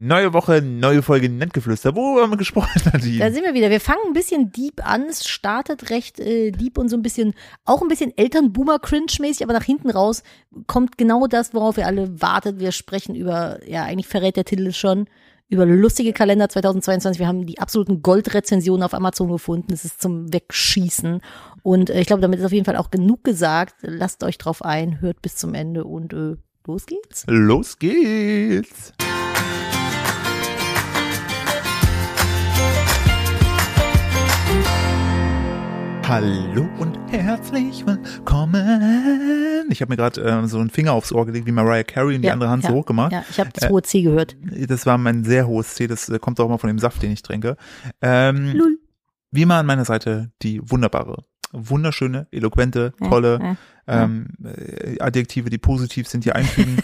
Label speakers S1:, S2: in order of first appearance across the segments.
S1: Neue Woche, neue Folge Nettgeflüster. Worüber haben wir gesprochen,
S2: Da
S1: Nadine?
S2: sind wir wieder. Wir fangen ein bisschen deep an. Es startet recht äh, deep und so ein bisschen, auch ein bisschen Eltern-Boomer-Cringe-mäßig, aber nach hinten raus kommt genau das, worauf ihr alle wartet. Wir sprechen über, ja, eigentlich verrät der Titel schon, über lustige Kalender 2022. Wir haben die absoluten Goldrezensionen auf Amazon gefunden. Es ist zum Wegschießen. Und äh, ich glaube, damit ist auf jeden Fall auch genug gesagt. Lasst euch drauf ein, hört bis zum Ende und äh, los geht's.
S1: Los geht's. Hallo und herzlich willkommen. Ich habe mir gerade äh, so einen Finger aufs Ohr gelegt, wie Mariah Carey und die
S2: Ja,
S1: andere Hand
S2: ja,
S1: so hoch gemacht.
S2: Ja, ich habe das hohe C gehört.
S1: Das war mein sehr hohes Tee, das äh, kommt auch mal von dem Saft, den ich trinke. Ähm, Wie immer an meiner Seite die wunderbare, wunderschöne, eloquente, tolle
S2: ja.
S1: Ähm, äh, Adjektive, die positiv sind, hier einfügen.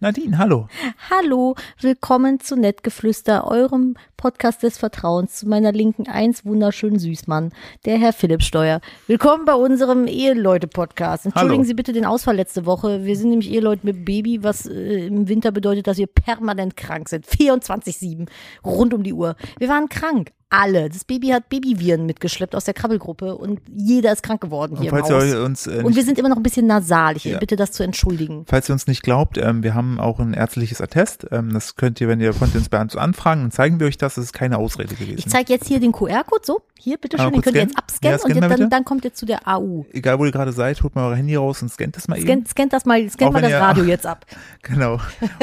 S1: Nadine, hallo.
S2: Hallo, willkommen zu Nettgeflüster, eurem Podcast des Vertrauens. Zu meiner linken eins wunderschönen Süßmann, der Herr Philipp Steuer. Willkommen bei unserem Eheleute-Podcast. Entschuldigen
S1: Hallo.
S2: Sie bitte den Ausfall letzte Woche. Wir sind nämlich Eheleute mit Baby, was äh, im Winter bedeutet, dass wir permanent krank sind. 24-7, rund um die Uhr. Wir waren krank. Alle. Das Baby hat Babyviren mitgeschleppt aus der Krabbelgruppe und jeder ist krank geworden
S1: Und
S2: hier im
S1: falls
S2: Haus.
S1: ihr, uns, äh,
S2: Und
S1: nicht,
S2: wir sind immer noch ein bisschen nasal. Ich
S1: Ja.
S2: bitte das zu entschuldigen.
S1: falls ihr uns nicht glaubt, ähm, wir haben auch ein ärztliches Attest. Ähm, das könnt ihr, wenn ihr könnt ihr uns bei uns anfragen, dann zeigen wir euch das. Das ist keine Ausrede
S2: Ich
S1: gewesen.
S2: zeige jetzt hier den QR-Code, so, hier, bitteschön,
S1: Einmal Ah,
S2: den
S1: kurz
S2: könnt ihr jetzt
S1: scannen.
S2: abscannen
S1: Ja, scannen
S2: und
S1: wir
S2: jetzt,
S1: bitte. Mhm.
S2: dann, dann kommt ihr zu der AU.
S1: Egal, wo ihr gerade seid, holt mal euer Handy raus und scannt das mal eben.
S2: Scannt, scannt das mal, scannt
S1: Auch
S2: mal
S1: wenn ihr-
S2: das Radio jetzt ab.
S1: Genau.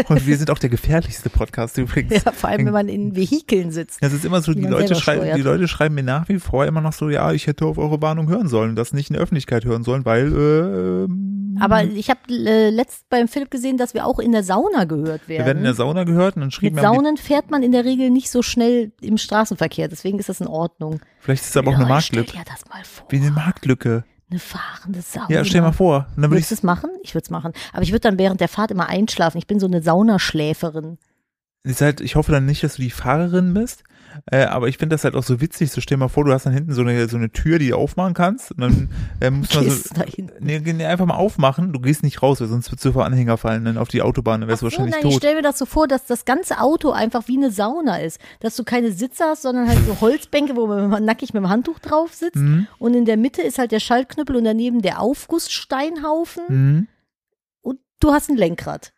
S1: Und wir sind auch der gefährlichste Podcast übrigens.
S2: Ja, vor allem, wenn man in Vehikeln sitzt.
S1: Das ist immer so, die,
S2: man
S1: Leute
S2: selber
S1: schreiben,
S2: steuert.
S1: die Leute schreiben mir nach wie vor immer noch so, ja, ich hätte auf eure Warnung hören sollen und das nicht in der Öffentlichkeit hören sollen, weil äh, ähm,
S2: Aber ich habe äh, letzt beim Philipp gesehen, dass wir auch in der Sauna gehört
S1: wir werden in
S2: werden.
S1: der Sauna um gehört und dann schrieben
S2: ne?
S1: mir,
S2: Mit
S1: am
S2: Saunen fährt man in der Regel nicht so schnell im Straßenverkehr, deswegen ist das in Ordnung.
S1: liebsten- vielleicht ist es aber auch eine
S2: Leute, stell
S1: Marktlücke.
S2: dir das mal vor.
S1: Wie eine Marktlücke.
S2: Eine fahrende Sauna.
S1: Ja, stell mal vor. Und dann würde
S2: Würdest
S1: ich,
S2: du es machen? Ich würde es machen. Aber ich würde dann während der Fahrt immer einschlafen. Ich bin so eine Saunaschläferin.
S1: ist halt, ich hoffe dann nicht, dass du die Fahrerin bist, äh, aber ich finde das halt auch so witzig. So stell mal vor, du hast dann hinten so eine, so eine Tür, die du aufmachen kannst und dann äh, muss man so.
S2: Gehst da hin.
S1: Nee, nee, einfach mal aufmachen, du gehst nicht raus, weil sonst würdest du vor Anhänger fallen, dann auf die Autobahn, dann wärst du
S2: Ach so,
S1: wahrscheinlich
S2: nein, ich
S1: tot.
S2: stelle mir das so vor, dass das ganze Auto einfach wie eine Sauna ist. Dass du keine Sitze hast, sondern halt so Holzbänke, wo man nackig mit dem Handtuch drauf sitzt.
S1: Hm.
S2: Und in der Mitte ist halt der Schaltknüppel und daneben der Aufgusssteinhaufen.
S1: Mhm.
S2: Und du hast ein Lenkrad,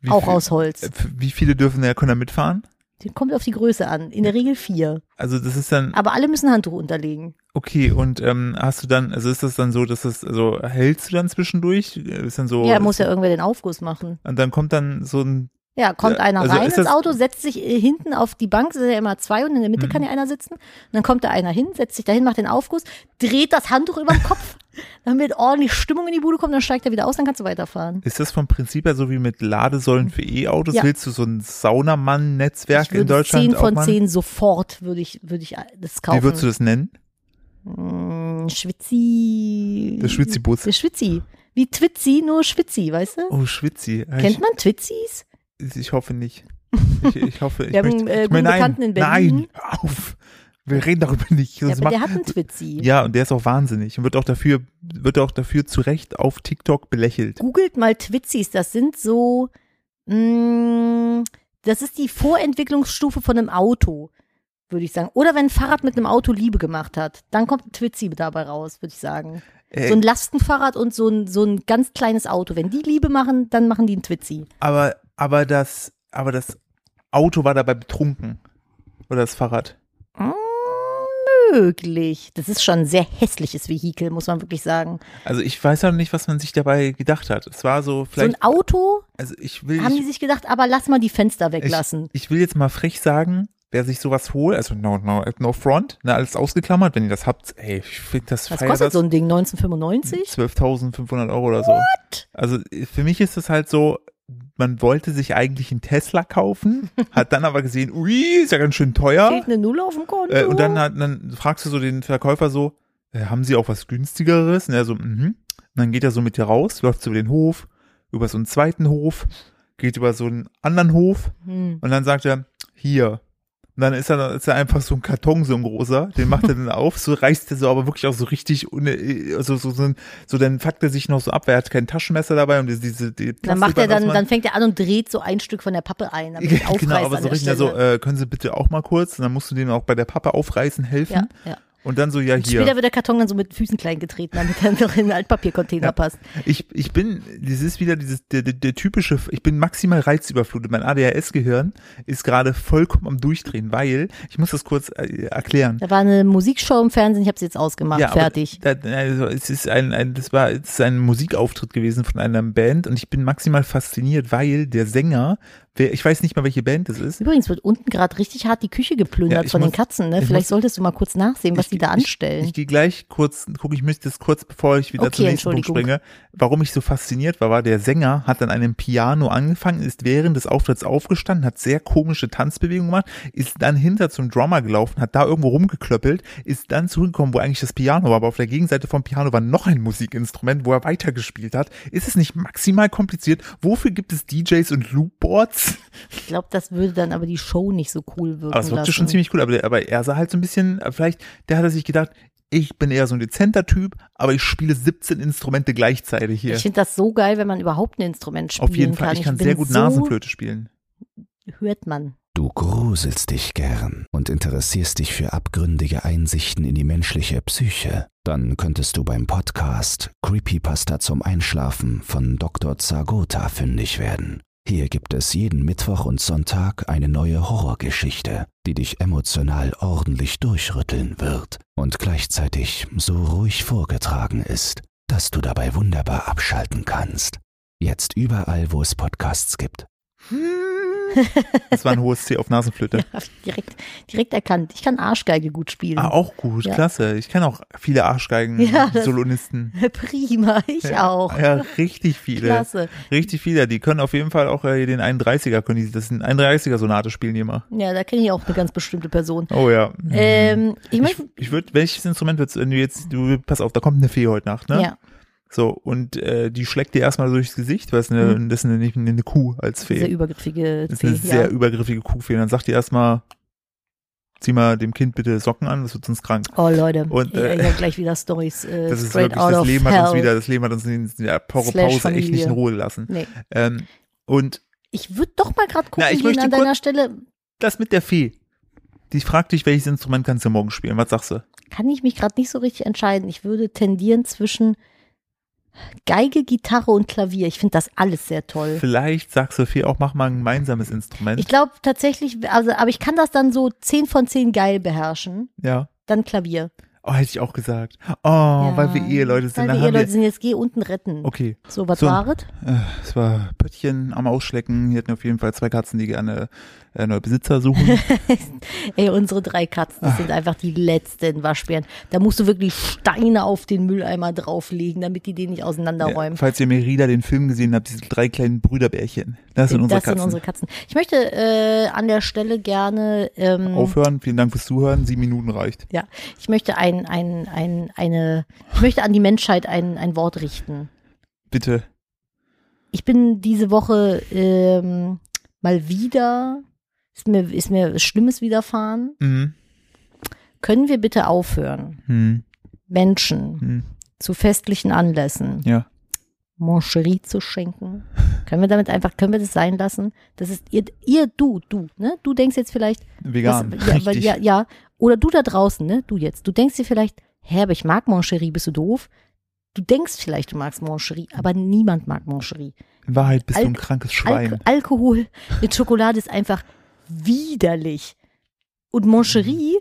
S1: Wie
S2: auch
S1: viel-
S2: aus Holz.
S1: äh, Wie viele dürfen da, können da mitfahren?
S2: Den kommt auf die Größe an. In der Regel vier.
S1: Also das ist dann
S2: Aber alle müssen Handtuch unterlegen.
S1: okay und ähm, hast du dann also ist das dann so, dass das also hältst du dann zwischendurch Äh, Oh, ist dann so
S2: ja, muss ja irgendwer den Aufguss machen.
S1: und dann kommt dann so ein
S2: Ja, kommt
S1: Ja,
S2: einer
S1: also
S2: rein
S1: ist
S2: ins
S1: das-
S2: Auto, setzt sich äh, hinten auf die Bank, sind ja immer zwei und in der Mitte kann ja
S1: Mhm.
S2: einer sitzen. Und dann kommt da einer hin, setzt sich dahin, macht den Aufguss, dreht das Handtuch über den Kopf, damit ordentlich Stimmung in die Bude kommt, dann steigt er wieder aus, dann kannst du weiterfahren.
S1: ist das vom Prinzip her so wie mit Ladesäulen für E-Autos
S2: Ja.
S1: willst du so ein Saunamann-Netzwerk
S2: Ich würde
S1: in Deutschland
S2: zehn von
S1: aufmachen?
S2: zehn sofort würde ich, würde ich äh, das kaufen. Mhm.
S1: Wie würdest du das nennen?
S2: Hm, Schwitzi.
S1: Der Schwitzibus.
S2: Der Schwitzi. Wie Twitzi, nur Schwitzi, weißt du?
S1: Oh Schwitzi.
S2: Kennt man Twitzis?
S1: Ich, ich hoffe nicht. Ich, ich hoffe. Ich
S2: Wir haben
S1: möchte,
S2: einen, äh,
S1: ich
S2: guten
S1: meine, nein,
S2: Bekannten in
S1: nein,
S2: Berlin.
S1: hör auf. Wir reden darüber nicht.
S2: Ja,
S1: sonst
S2: aber
S1: macht-
S2: der hat einen Twitzi.
S1: Ja, und der ist auch wahnsinnig und wird auch dafür, wird auch dafür zu Recht auf TikTok belächelt.
S2: Googelt mal Twizzis, das sind so, mh, das ist die Vorentwicklungsstufe von einem Auto, würde ich sagen. Oder wenn ein Fahrrad mit einem Auto Liebe gemacht hat, dann kommt ein Twizzi dabei raus, würde ich sagen.
S1: Äh,
S2: So ein Lastenfahrrad und so ein, so ein ganz kleines Auto. Wenn die Liebe machen, dann machen die einen Twizzi.
S1: aber, aber das, aber das Auto war dabei betrunken. Oder das Fahrrad.
S2: Hm, Möglich. Das ist schon ein sehr hässliches Vehikel, muss man wirklich sagen.
S1: Also ich weiß ja nicht, was man sich dabei gedacht hat. Es war so vielleicht,
S2: so ein Auto
S1: also ich will,
S2: haben die
S1: ich,
S2: sich gedacht, aber lass mal die Fenster
S1: ich,
S2: weglassen.
S1: ich will jetzt mal frech sagen, wer sich sowas holt, also no, no, no front, ne, alles ausgeklammert, wenn ihr das habt, ey, ich finde das
S2: Was
S1: feier
S2: kostet
S1: das.
S2: so ein Ding? 1995?
S1: 12.500 Euro oder so. What? Also für mich ist es halt so, man wollte sich eigentlich einen Tesla kaufen, hat dann aber gesehen, ui, ist ja ganz schön teuer.
S2: Fehlt eine Null auf dem Konto?
S1: Äh, und dann, hat, dann fragst du so den Verkäufer so, äh, haben sie auch was günstigeres? Und er so, mhm. Und dann geht er so mit dir raus, läuft so über den Hof, über so einen zweiten Hof, geht über so einen anderen Hof
S2: Hm.
S1: und dann sagt er, hier, Und dann ist er, ist er einfach so ein Karton, so ein großer, den macht er dann auf, so reißt er so aber wirklich auch so richtig, une, also so, so, so, dann fuckt er sich noch so ab, er hat kein Taschenmesser dabei und diese, diese die
S2: Dann macht er dann,
S1: Plastikband
S2: dann fängt er an und dreht so ein Stück von der Pappe ein, damit es
S1: ausmachen.
S2: aufreißt
S1: Genau, aber
S2: an
S1: so
S2: der
S1: richtig, also,
S2: Stelle.
S1: äh, können Sie bitte auch mal kurz, und dann musst du dem auch bei der Pappe aufreißen helfen.
S2: ja, ja.
S1: Und dann so, ja,
S2: Und
S1: äh, hier.
S2: Später wird der Karton dann so mit Füßen klein getreten, damit er noch in den Altpapiercontainer
S1: Ja.
S2: passt.
S1: Ich, ich bin, das ist wieder dieses, der, der, der typische, ich bin maximal reizüberflutet. Mein ADHS-Gehirn ist gerade vollkommen am Durchdrehen, weil, ich muss das kurz äh, erklären.
S2: Da war eine Musikshow im Fernsehen, ich habe sie jetzt ausgemacht, fertig.
S1: Aber, da, also, es ist ein, ein, das war, es ist ein Musikauftritt gewesen von einer Band und ich bin maximal fasziniert, weil der Sänger, wer, ich weiß nicht mal, welche Band es ist.
S2: Übrigens wird unten gerade richtig hart die Küche
S1: Ja,
S2: geplündert
S1: ich
S2: von den
S1: muss-
S2: Katzen. Ne?
S1: ich
S2: Vielleicht
S1: muss-
S2: solltest du mal kurz nachsehen, was
S1: Ich-
S2: die da
S1: ich-
S2: anstellen.
S1: Ich, ich gehe gleich kurz, guck, ich müsste das kurz, bevor ich wieder
S2: Okay,
S1: zum nächsten Punkt
S2: Entschuldigung.
S1: springe. Warum ich so fasziniert war, war der Sänger hat an einem Piano angefangen, ist während des Auftritts aufgestanden, hat sehr komische Tanzbewegungen gemacht, ist dann hinter zum Drummer gelaufen, hat da irgendwo rumgeklöppelt, ist dann zurückgekommen, wo eigentlich das Piano war, aber auf der Gegenseite vom Piano war noch ein Musikinstrument, wo er weitergespielt hat. Ist es nicht maximal kompliziert? Wofür gibt es DJs und Loopboards?
S2: Ich glaube, das würde dann aber die Show nicht so cool wirken
S1: Aber es wirkte
S2: lassen.
S1: schon ziemlich cool, aber, aber er sah halt so ein bisschen, äh, vielleicht, der hat er sich gedacht, ich bin eher so ein dezenter Typ, aber ich spiele 17 Instrumente gleichzeitig hier.
S2: ich finde das so geil, wenn man überhaupt ein Instrument spielen
S1: Auf jeden Fall,
S2: kann.
S1: ich kann
S2: bin
S1: sehr gut
S2: so,
S1: Nasenflöte spielen.
S2: Hört man.
S3: Du gruselst dich gern und interessierst dich für abgründige Einsichten in die menschliche Psyche. Dann könntest du beim Podcast Creepypasta zum Einschlafen von Dr. Zagota fündig werden. Hier gibt es jeden Mittwoch und Sonntag eine neue Horrorgeschichte, die dich emotional ordentlich durchrütteln wird und gleichzeitig so ruhig vorgetragen ist, dass du dabei wunderbar abschalten kannst. Jetzt überall, wo es Podcasts gibt.
S1: Das war ein hohes C auf Nasenflöte.
S2: Ja, hab ich direkt, direkt erkannt. Ich kann Arschgeige gut spielen.
S1: Ah, auch gut,
S2: Ja.
S1: klasse. Ich kenne auch viele Arschgeigen,
S2: Ja, das-
S1: Solonisten.
S2: Prima, ich
S1: Ja,
S2: auch.
S1: Ja, richtig viele.
S2: Klasse.
S1: Richtig viele. Die können auf jeden Fall auch äh, den 31er, können die, das ist eine 31er-Sonate spielen, die immer.
S2: Ja, da kenne ich auch eine ganz bestimmte Person.
S1: Oh ja.
S2: Ähm, ich
S1: ich
S2: möchte.
S1: ich würde, welches Instrument würdest du, wenn du jetzt, du, pass auf, da kommt eine Fee heute Nacht, ne?
S2: Ja,
S1: So, und äh, die schlägt dir erstmal durchs Gesicht, weil es eine,
S2: Mhm.
S1: das ist eine, nicht eine, eine Kuh als
S2: sehr
S1: Fee.
S2: übergriffige
S1: Das ist
S2: C.
S1: eine
S2: Ja.
S1: sehr übergriffige Kuhfee. Und dann sagt die erstmal, zieh mal dem Kind bitte Socken an, das wird sonst krank.
S2: Oh Leute,
S1: Und,
S2: ja,
S1: äh,
S2: ich habe gleich wieder Stories. Äh,
S1: Das ist
S2: straight
S1: wirklich,
S2: out
S1: das
S2: of
S1: Leben
S2: hell.
S1: hat uns wieder, das Leben hat uns in der Pause
S2: Slash
S1: echt nicht in
S2: Familie.
S1: Ruhe gelassen.
S2: Nee.
S1: Ähm, und
S2: Ich würde doch mal gerade gucken
S1: Na, ich
S2: gehen
S1: möchte
S2: an
S1: kurz-
S2: deiner Stelle.
S1: das mit der Fee. Die fragt dich, welches Instrument kannst du morgen spielen? Was sagst du?
S2: kann ich mich gerade nicht so richtig entscheiden. Ich würde tendieren zwischen Geige, Gitarre und Klavier. Ich finde das alles sehr toll.
S1: Vielleicht sagst du Fee auch, mach mal ein gemeinsames Instrument.
S2: Äh. Ich glaube tatsächlich, also, aber ich kann das dann so 10 von 10 geil beherrschen.
S1: ja.
S2: Dann Klavier.
S1: Oh, hätte ich auch gesagt. Oh,
S2: Ja.
S1: weil wir Eheleute sind.
S2: Weil
S1: dann
S2: wir
S1: haben wir-
S2: Eheleute sind, jetzt geh unten retten.
S1: Okay.
S2: So, was
S1: So.
S2: waret?
S1: Äh, Es war Pöttchen am Ausschlecken. Hier hatten auf jeden Fall zwei Katzen, die gerne äh, neue Besitzer suchen.
S2: Ey, unsere drei Katzen
S1: Ah.
S2: das sind einfach die letzten Waschbären. Da musst du wirklich Steine auf den Mülleimer drauflegen, damit die den nicht auseinanderräumen.
S1: Falls ihr Merida den Film gesehen habt, diese drei kleinen Brüderbärchen. Das sind unsere
S2: das
S1: Katzen.
S2: sind unsere Katzen. Ich möchte äh, an der Stelle gerne ähm,
S1: Aufhören. Vielen Dank fürs Zuhören. Sieben Minuten reicht.
S2: Ja, ich möchte ein, ein, ein, eine, ich möchte an die Menschheit ein, ein Wort richten.
S1: Bitte.
S2: Ich bin diese Woche ähm, mal wieder, ist mir, ist mir was Schlimmes widerfahren.
S1: Mhm.
S2: Können wir bitte aufhören,
S1: Mhm.
S2: Menschen
S1: Mhm.
S2: zu festlichen Anlässen
S1: Ja.
S2: Mancherie zu schenken? Können wir damit einfach, können wir das sein lassen? Das ist ihr, ihr, du, du, ne? Du denkst jetzt vielleicht,
S1: Vegan.
S2: Das, ja, weil-
S1: Richtig.
S2: ja, ja, oder du da draußen, ne, du jetzt, du denkst dir vielleicht, hä, aber ich mag Moncherie, bist du doof? Du denkst vielleicht, du magst Moncherie, aber niemand mag Moncherie.
S1: In Wahrheit bist du ein
S2: Alk-
S1: krankes
S2: Alk
S1: Schwein.
S2: Alkohol mit Schokolade ist einfach widerlich. Und
S1: Mhm.
S2: Moncherie,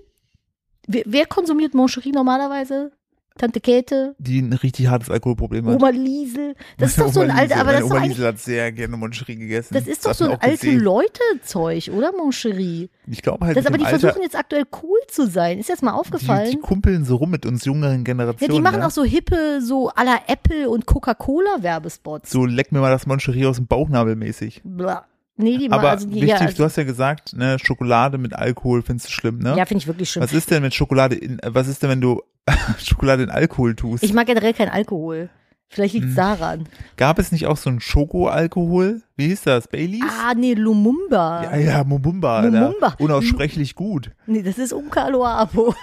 S2: wer, wer konsumiert Moncherie normalerweise? Tante Käthe,
S1: die ein richtig hartes Alkoholproblem hat.
S2: Oma Liesel, das ist doch so ein
S1: Meine Oma
S2: alter,
S1: Liesel-
S2: aber das
S1: meine
S2: ist doch,
S1: Oma
S2: eigentlich,
S1: Liesel hat sehr gerne Moncherie gegessen.
S2: das ist doch
S1: hat
S2: so
S1: man
S2: ein
S1: auch
S2: alte
S1: gesehen.
S2: Leute-Zeug, oder Moncherie?
S1: Ich glaube halt,
S2: Das,
S1: mit
S2: aber
S1: dem
S2: die
S1: Alter,
S2: versuchen jetzt aktuell cool zu sein. Ist dir das mal aufgefallen?
S1: die, die kumpeln so rum mit uns jüngeren
S2: Ja,
S1: Generationen.
S2: die machen
S1: ne?
S2: auch so hippe, so à la Apple und Coca-Cola Werbespots.
S1: so leck mir mal das Moncherie aus dem Bauchnabel mäßig.
S2: Bla. Nee, die machen
S1: Aber
S2: also die,
S1: wichtig,
S2: ja,
S1: du
S2: also,
S1: hast ja gesagt, ne, Schokolade mit Alkohol findest du schlimm, ne?
S2: ja finde ich wirklich schlimm.
S1: Was ist denn mit Schokolade in, äh, was ist denn, wenn du Schokolade in Alkohol tust?
S2: Ich mag generell keinen Alkohol. Vielleicht
S1: Hm.
S2: liegt es daran.
S1: Gab es nicht auch so einen Schokoalkohol? Wie hieß das? Baileys?
S2: Ah, nee, Lumumba.
S1: ja, ja, Mubumba. Alter.
S2: Mubumba.
S1: Unaussprechlich gut.
S2: Nee, das ist Umkalo Abo.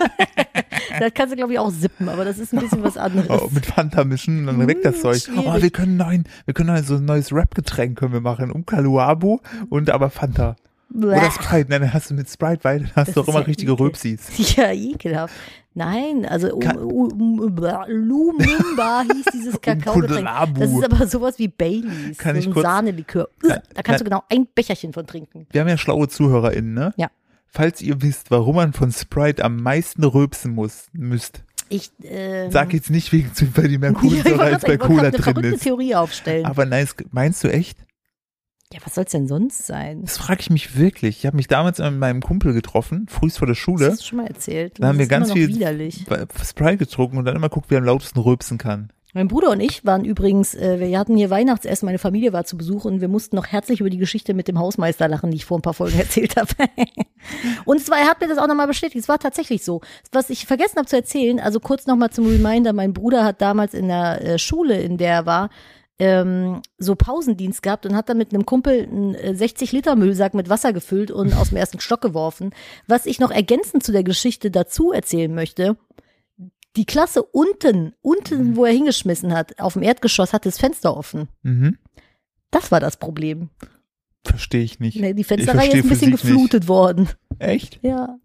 S2: das kannst du, glaube ich, auch sippen, aber das ist ein bisschen was anderes.
S1: Oh, mit Fanta mischen und dann weg das Zeug.
S2: schwierig.
S1: Oh, wir können neuen, wir können neuen, so ein neues Rap-Getränk können wir machen. Um Kaluabu und aber Fanta. Oder Sprite. Nein, dann hast du mit Sprite weiter, dann hast
S2: Das
S1: du auch
S2: ist
S1: immer
S2: ja
S1: richtige
S2: ekel.
S1: Röpsis.
S2: Ja, ekelhaft. Nein, also um,
S1: Ka-
S2: um, um, bla- Lumumba hieß dieses Kakao.
S1: Kudelabu.
S2: Das ist aber sowas wie Baileys,
S1: Kann
S2: so
S1: ich
S2: ein
S1: kurz-
S2: Sahnelikör. Ugh,
S1: Nein,
S2: Da kannst du genau ein Becherchen von trinken.
S1: Wir haben ja schlaue ZuhörerInnen, ne?
S2: Ja.
S1: Falls ihr wisst, warum man von Sprite am meisten rülpsen muss, müsst,
S2: Ich ähm,
S1: sag jetzt nicht wegen zu, weil die
S2: ich wollte
S1: Merkursäure
S2: gerade
S1: als bei
S2: sagen, ich wollte
S1: Cola
S2: gerade eine
S1: drin
S2: verrückte
S1: ist.
S2: Theorie aufstellen.
S1: Aber nein, es- meinst du echt?
S2: ja, was soll's denn sonst sein?
S1: Das frage ich mich wirklich. Ich habe mich damals mit meinem Kumpel getroffen, frühst vor der
S2: Das
S1: Schule.
S2: hast du schon mal erzählt.
S1: Da haben
S2: Das
S1: wir
S2: ist
S1: ganz
S2: immer noch
S1: viel-
S2: widerlich.
S1: Sprite getrunken und dann immer guckt, wer am lautesten rülpsen kann.
S2: Mein Bruder und ich waren übrigens, äh, wir hatten hier Weihnachtsessen, meine Familie war zu Besuch und wir mussten noch herzlich über die Geschichte mit dem Hausmeister lachen, die ich vor ein paar Folgen erzählt habe. und zwar, er hat mir das auch nochmal bestätigt, es war tatsächlich so. Was ich vergessen habe zu erzählen, also kurz nochmal zum Reminder, mein Bruder hat damals in der äh, Schule, in der er war, ähm, so Pausendienst gehabt und hat dann mit einem Kumpel einen äh, 60 Liter Müllsack mit Wasser gefüllt und aus dem ersten Stock geworfen. Was ich noch ergänzend zu der Geschichte dazu erzählen möchte, die Klasse unten, unten, wo er hingeschmissen hat, auf dem Erdgeschoss, hatte das Fenster offen.
S1: Mhm.
S2: Das war das Problem.
S1: Verstehe ich nicht.
S2: Ne, Die
S1: Ich
S2: Fensterreihe ist
S1: verstehe
S2: ein bisschen
S1: Physik
S2: geflutet worden.
S1: Echt?
S2: Ja,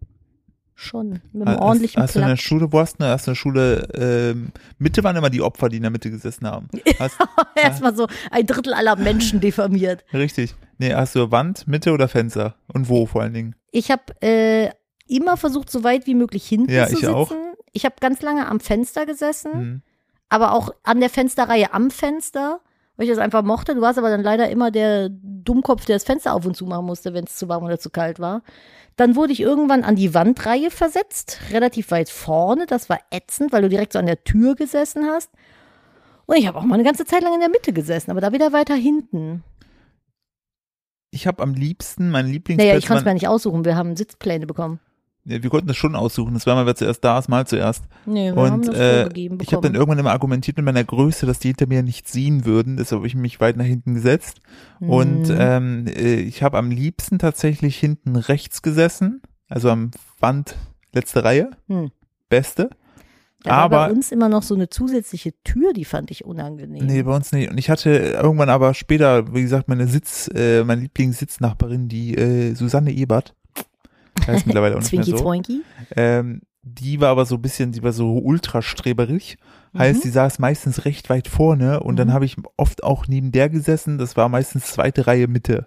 S2: schon. Mit einem
S1: Hast-
S2: ordentlichen
S1: hast du in der
S2: Platz.
S1: Schule, wo hast du, hast du in der Schule, ähm, Mitte waren immer die Opfer, die in der Mitte gesessen haben. Hast,
S2: Erstmal so ein Drittel aller Menschen diffamiert.
S1: richtig. Nee, hast du Wand, Mitte oder Fenster? Und wo vor allen Dingen?
S2: Ich habe äh, immer versucht, so weit wie möglich hinten
S1: Ja,
S2: zu
S1: ich
S2: sitzen.
S1: auch.
S2: Ich habe ganz lange am Fenster gesessen.
S1: Mhm.
S2: aber auch an der Fensterreihe am Fenster, weil ich das einfach mochte. Du warst aber dann leider immer der Dummkopf, der das Fenster auf und zu machen musste, wenn es zu warm oder zu kalt war. Dann wurde ich irgendwann an die Wandreihe versetzt, relativ weit vorne. Das war ätzend, weil du direkt so an der Tür gesessen hast. Und ich habe auch mal eine ganze Zeit lang in der Mitte gesessen, aber da wieder weiter hinten.
S1: Ich habe am liebsten, mein Lieblingsplatz.
S2: Naja, ich konnte es
S1: waren-
S2: mir nicht aussuchen. Wir haben Sitzpläne bekommen.
S1: Ja, wir konnten das schon aussuchen. Das war mal, wer zuerst da ist, mal zuerst.
S2: Nee, wir haben
S1: Und
S2: das
S1: äh,
S2: vorgegeben
S1: ich habe dann
S2: bekommen.
S1: irgendwann immer argumentiert mit meiner Größe, dass die hinter mir nicht sehen würden. Deshalb habe ich mich weit nach hinten gesetzt. Und
S2: Hm.
S1: ähm, äh, ich habe am liebsten tatsächlich hinten rechts gesessen. Also am Wand, letzte Reihe,
S2: Hm.
S1: beste.
S2: da war bei
S1: aber-
S2: uns immer noch so eine zusätzliche Tür, die fand ich unangenehm.
S1: Nee, bei uns nicht. Und ich hatte irgendwann aber später, wie gesagt, meine Sitz, äh, meine Lieblingssitznachbarin, die äh, Susanne Ebert. Heißt mittlerweile auch nicht mehr
S2: Zwinki
S1: so.
S2: Zwinki.
S1: Ähm, die war aber so ein bisschen, die war so ultrastreberig. Heißt, die saß meistens recht weit vorne und dann
S2: Mhm.
S1: habe ich oft auch neben der gesessen. Das war meistens zweite Reihe Mitte.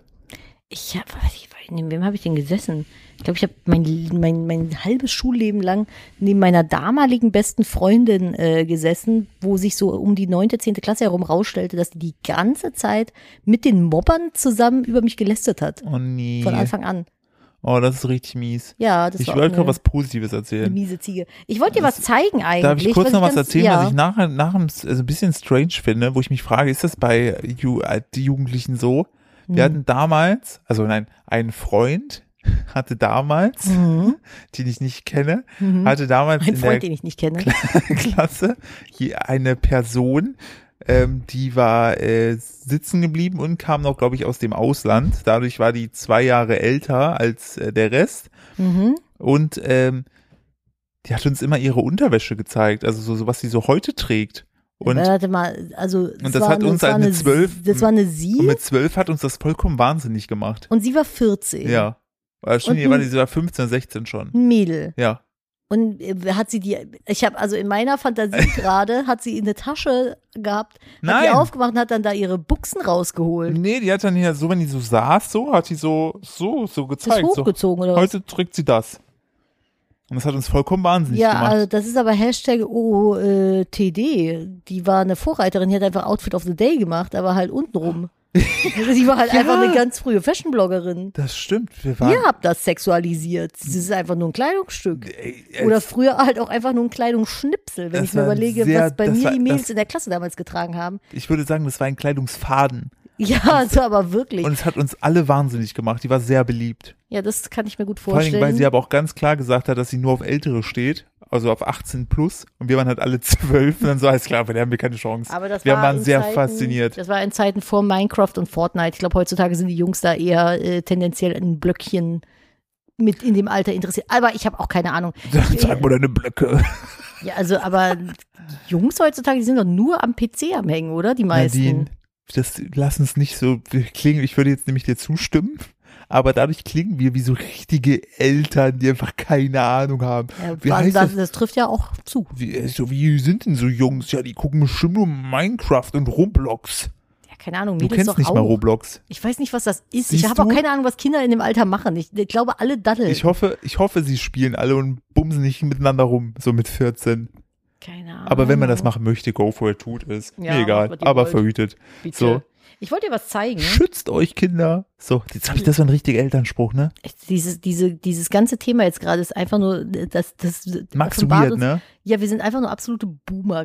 S2: Ich habe, ich, weiß nicht, neben wem habe ich denn gesessen? Ich glaube, ich habe mein, mein, mein halbes Schulleben lang neben meiner damaligen besten Freundin äh, gesessen, wo sich so um die neunte, zehnte Klasse herum rausstellte, dass die die ganze Zeit mit den Mobbern zusammen über mich gelästert hat.
S1: Oh nee.
S2: Von Anfang an.
S1: Oh, das ist richtig mies.
S2: Ja, das
S1: ich
S2: war auch
S1: wollte gerade
S2: eine,
S1: was Positives
S2: eine
S1: erzählen.
S2: miese Ziege. Ich wollte dir was zeigen eigentlich.
S1: Darf ich kurz noch was
S2: ganz-
S1: erzählen,
S2: ja.
S1: was ich nachher nach dem, also ein bisschen strange finde, wo ich mich frage, ist das bei Ju äh, die Jugendlichen so?
S2: Mhm.
S1: Wir hatten damals, also nein, ein Freund hatte damals,
S2: Mhm.
S1: den ich nicht kenne,
S2: Mhm.
S1: hatte damals
S2: Ein
S1: in
S2: Freund,
S1: der
S2: den ich nicht kenne.
S1: Klasse hier eine Person, ähm, die war äh, sitzen geblieben und kam noch, glaube ich, aus dem Ausland. Dadurch war die zwei Jahre älter als äh, der Rest.
S2: Mhm.
S1: Und ähm, die hat uns immer ihre Unterwäsche gezeigt, also so, so was sie so heute trägt. Und,
S2: Warte mal, also
S1: das hat uns
S2: das war
S1: halt mit
S2: eine-
S1: 12
S2: Das war eine Sie
S1: und mit zwölf hat uns das vollkommen wahnsinnig gemacht.
S2: und sie war 14.
S1: Ja. Oder schon,
S2: Und Hm.
S1: die war
S2: ein-
S1: die sogar 15, 16 schon.
S2: Ein Mädel.
S1: Ja.
S2: Und äh, hat sie die, ich habe also in meiner Fantasie gerade, hat sie in der Tasche gehabt, hat die
S1: Nein.
S2: aufgemacht und hat dann da ihre Buchsen rausgeholt.
S1: Nee, die hat dann ja so, wenn die so saß, so, hat die so, so, so
S2: Das
S1: gezeigt. So,
S2: hochgezogen oder was?
S1: heute trägt sie das. Und das hat uns vollkommen wahnsinnig
S2: Ja,
S1: gemacht.
S2: also das ist aber Hashtag OTD. Die war eine Vorreiterin, die hat einfach Outfit of the Day gemacht, aber halt untenrum. Sie war halt
S1: Ja.
S2: einfach eine ganz frühe Fashion-Bloggerin.
S1: das stimmt. Wir waren.
S2: Ihr habt das sexualisiert. Das ist einfach nur ein Kleidungsstück.
S1: Ey, ey,
S2: Oder früher halt auch einfach nur ein Kleidungsschnipsel, wenn
S1: Äh, Das
S2: ich mir
S1: war ein
S2: überlege,
S1: sehr-
S2: was bei
S1: das
S2: mir
S1: war-
S2: die Mädels
S1: das-
S2: in der Klasse damals getragen haben.
S1: ich würde sagen, das war ein Kleidungsfaden.
S2: Ja, so aber wirklich.
S1: Und es hat uns alle wahnsinnig gemacht. Die war sehr beliebt.
S2: Ja, das kann ich mir gut
S1: Vor allen
S2: vorstellen.
S1: Dingen, weil sie aber auch ganz klar gesagt hat, dass sie nur auf Ältere steht. also auf 18 plus und wir waren halt alle 12 und dann so, alles klar, wir haben wir keine Chance.
S2: Aber das
S1: wir
S2: war
S1: waren
S2: in
S1: sehr
S2: Zeiten,
S1: fasziniert.
S2: Das war in Zeiten vor Minecraft und Fortnite. Ich glaube, heutzutage sind die Jungs da eher äh, tendenziell in Blöckchen mit in dem Alter interessiert. Aber ich habe auch keine Ahnung.
S1: Zeig mal deine Blöcke.
S2: Ja, also, aber die Jungs heutzutage, die sind doch nur am PC am Hängen, oder? Die meisten.
S1: Nadine, das lass uns nicht so klingen. Ich würde jetzt nämlich dir zustimmen, aber dadurch klingen wir wie so richtige Eltern, die einfach keine Ahnung haben.
S2: Ja,
S1: Wie
S2: wann-
S1: heißt
S2: das,
S1: das?
S2: das trifft ja auch zu.
S1: Wie, äh, so wie sind denn so Jungs? Ja, die gucken bestimmt nur Minecraft und Roblox.
S2: Ja, keine Ahnung,
S1: Du
S2: Mädels
S1: kennst
S2: doch
S1: nicht
S2: auch.
S1: mal Roblox.
S2: Ich weiß nicht, was das ist.
S1: Siehst
S2: ich habe auch
S1: du?
S2: keine Ahnung, was Kinder in dem Alter machen. Ich, ich glaube, alle daddeln.
S1: Ich hoffe, ich hoffe, sie spielen alle und bumsen nicht miteinander rum, so mit 14.
S2: keine Ahnung.
S1: Aber wenn man das machen möchte, go for it, tut es.
S2: Ah. Ja,
S1: Mir egal,
S2: was ihr
S1: aber
S2: wollt.
S1: verhütet.
S2: Bitte.
S1: so.
S2: Ich wollte dir was zeigen.
S1: Schützt euch, Kinder. So, jetzt habe ich das so ein richtiger Elternspruch, ne?
S2: Dieses, diese, dieses ganze Thema jetzt gerade ist einfach nur, das, das
S1: Max
S2: offenbart
S1: weird,
S2: uns-
S1: ne?
S2: Ja, wir sind einfach nur absolute Boomer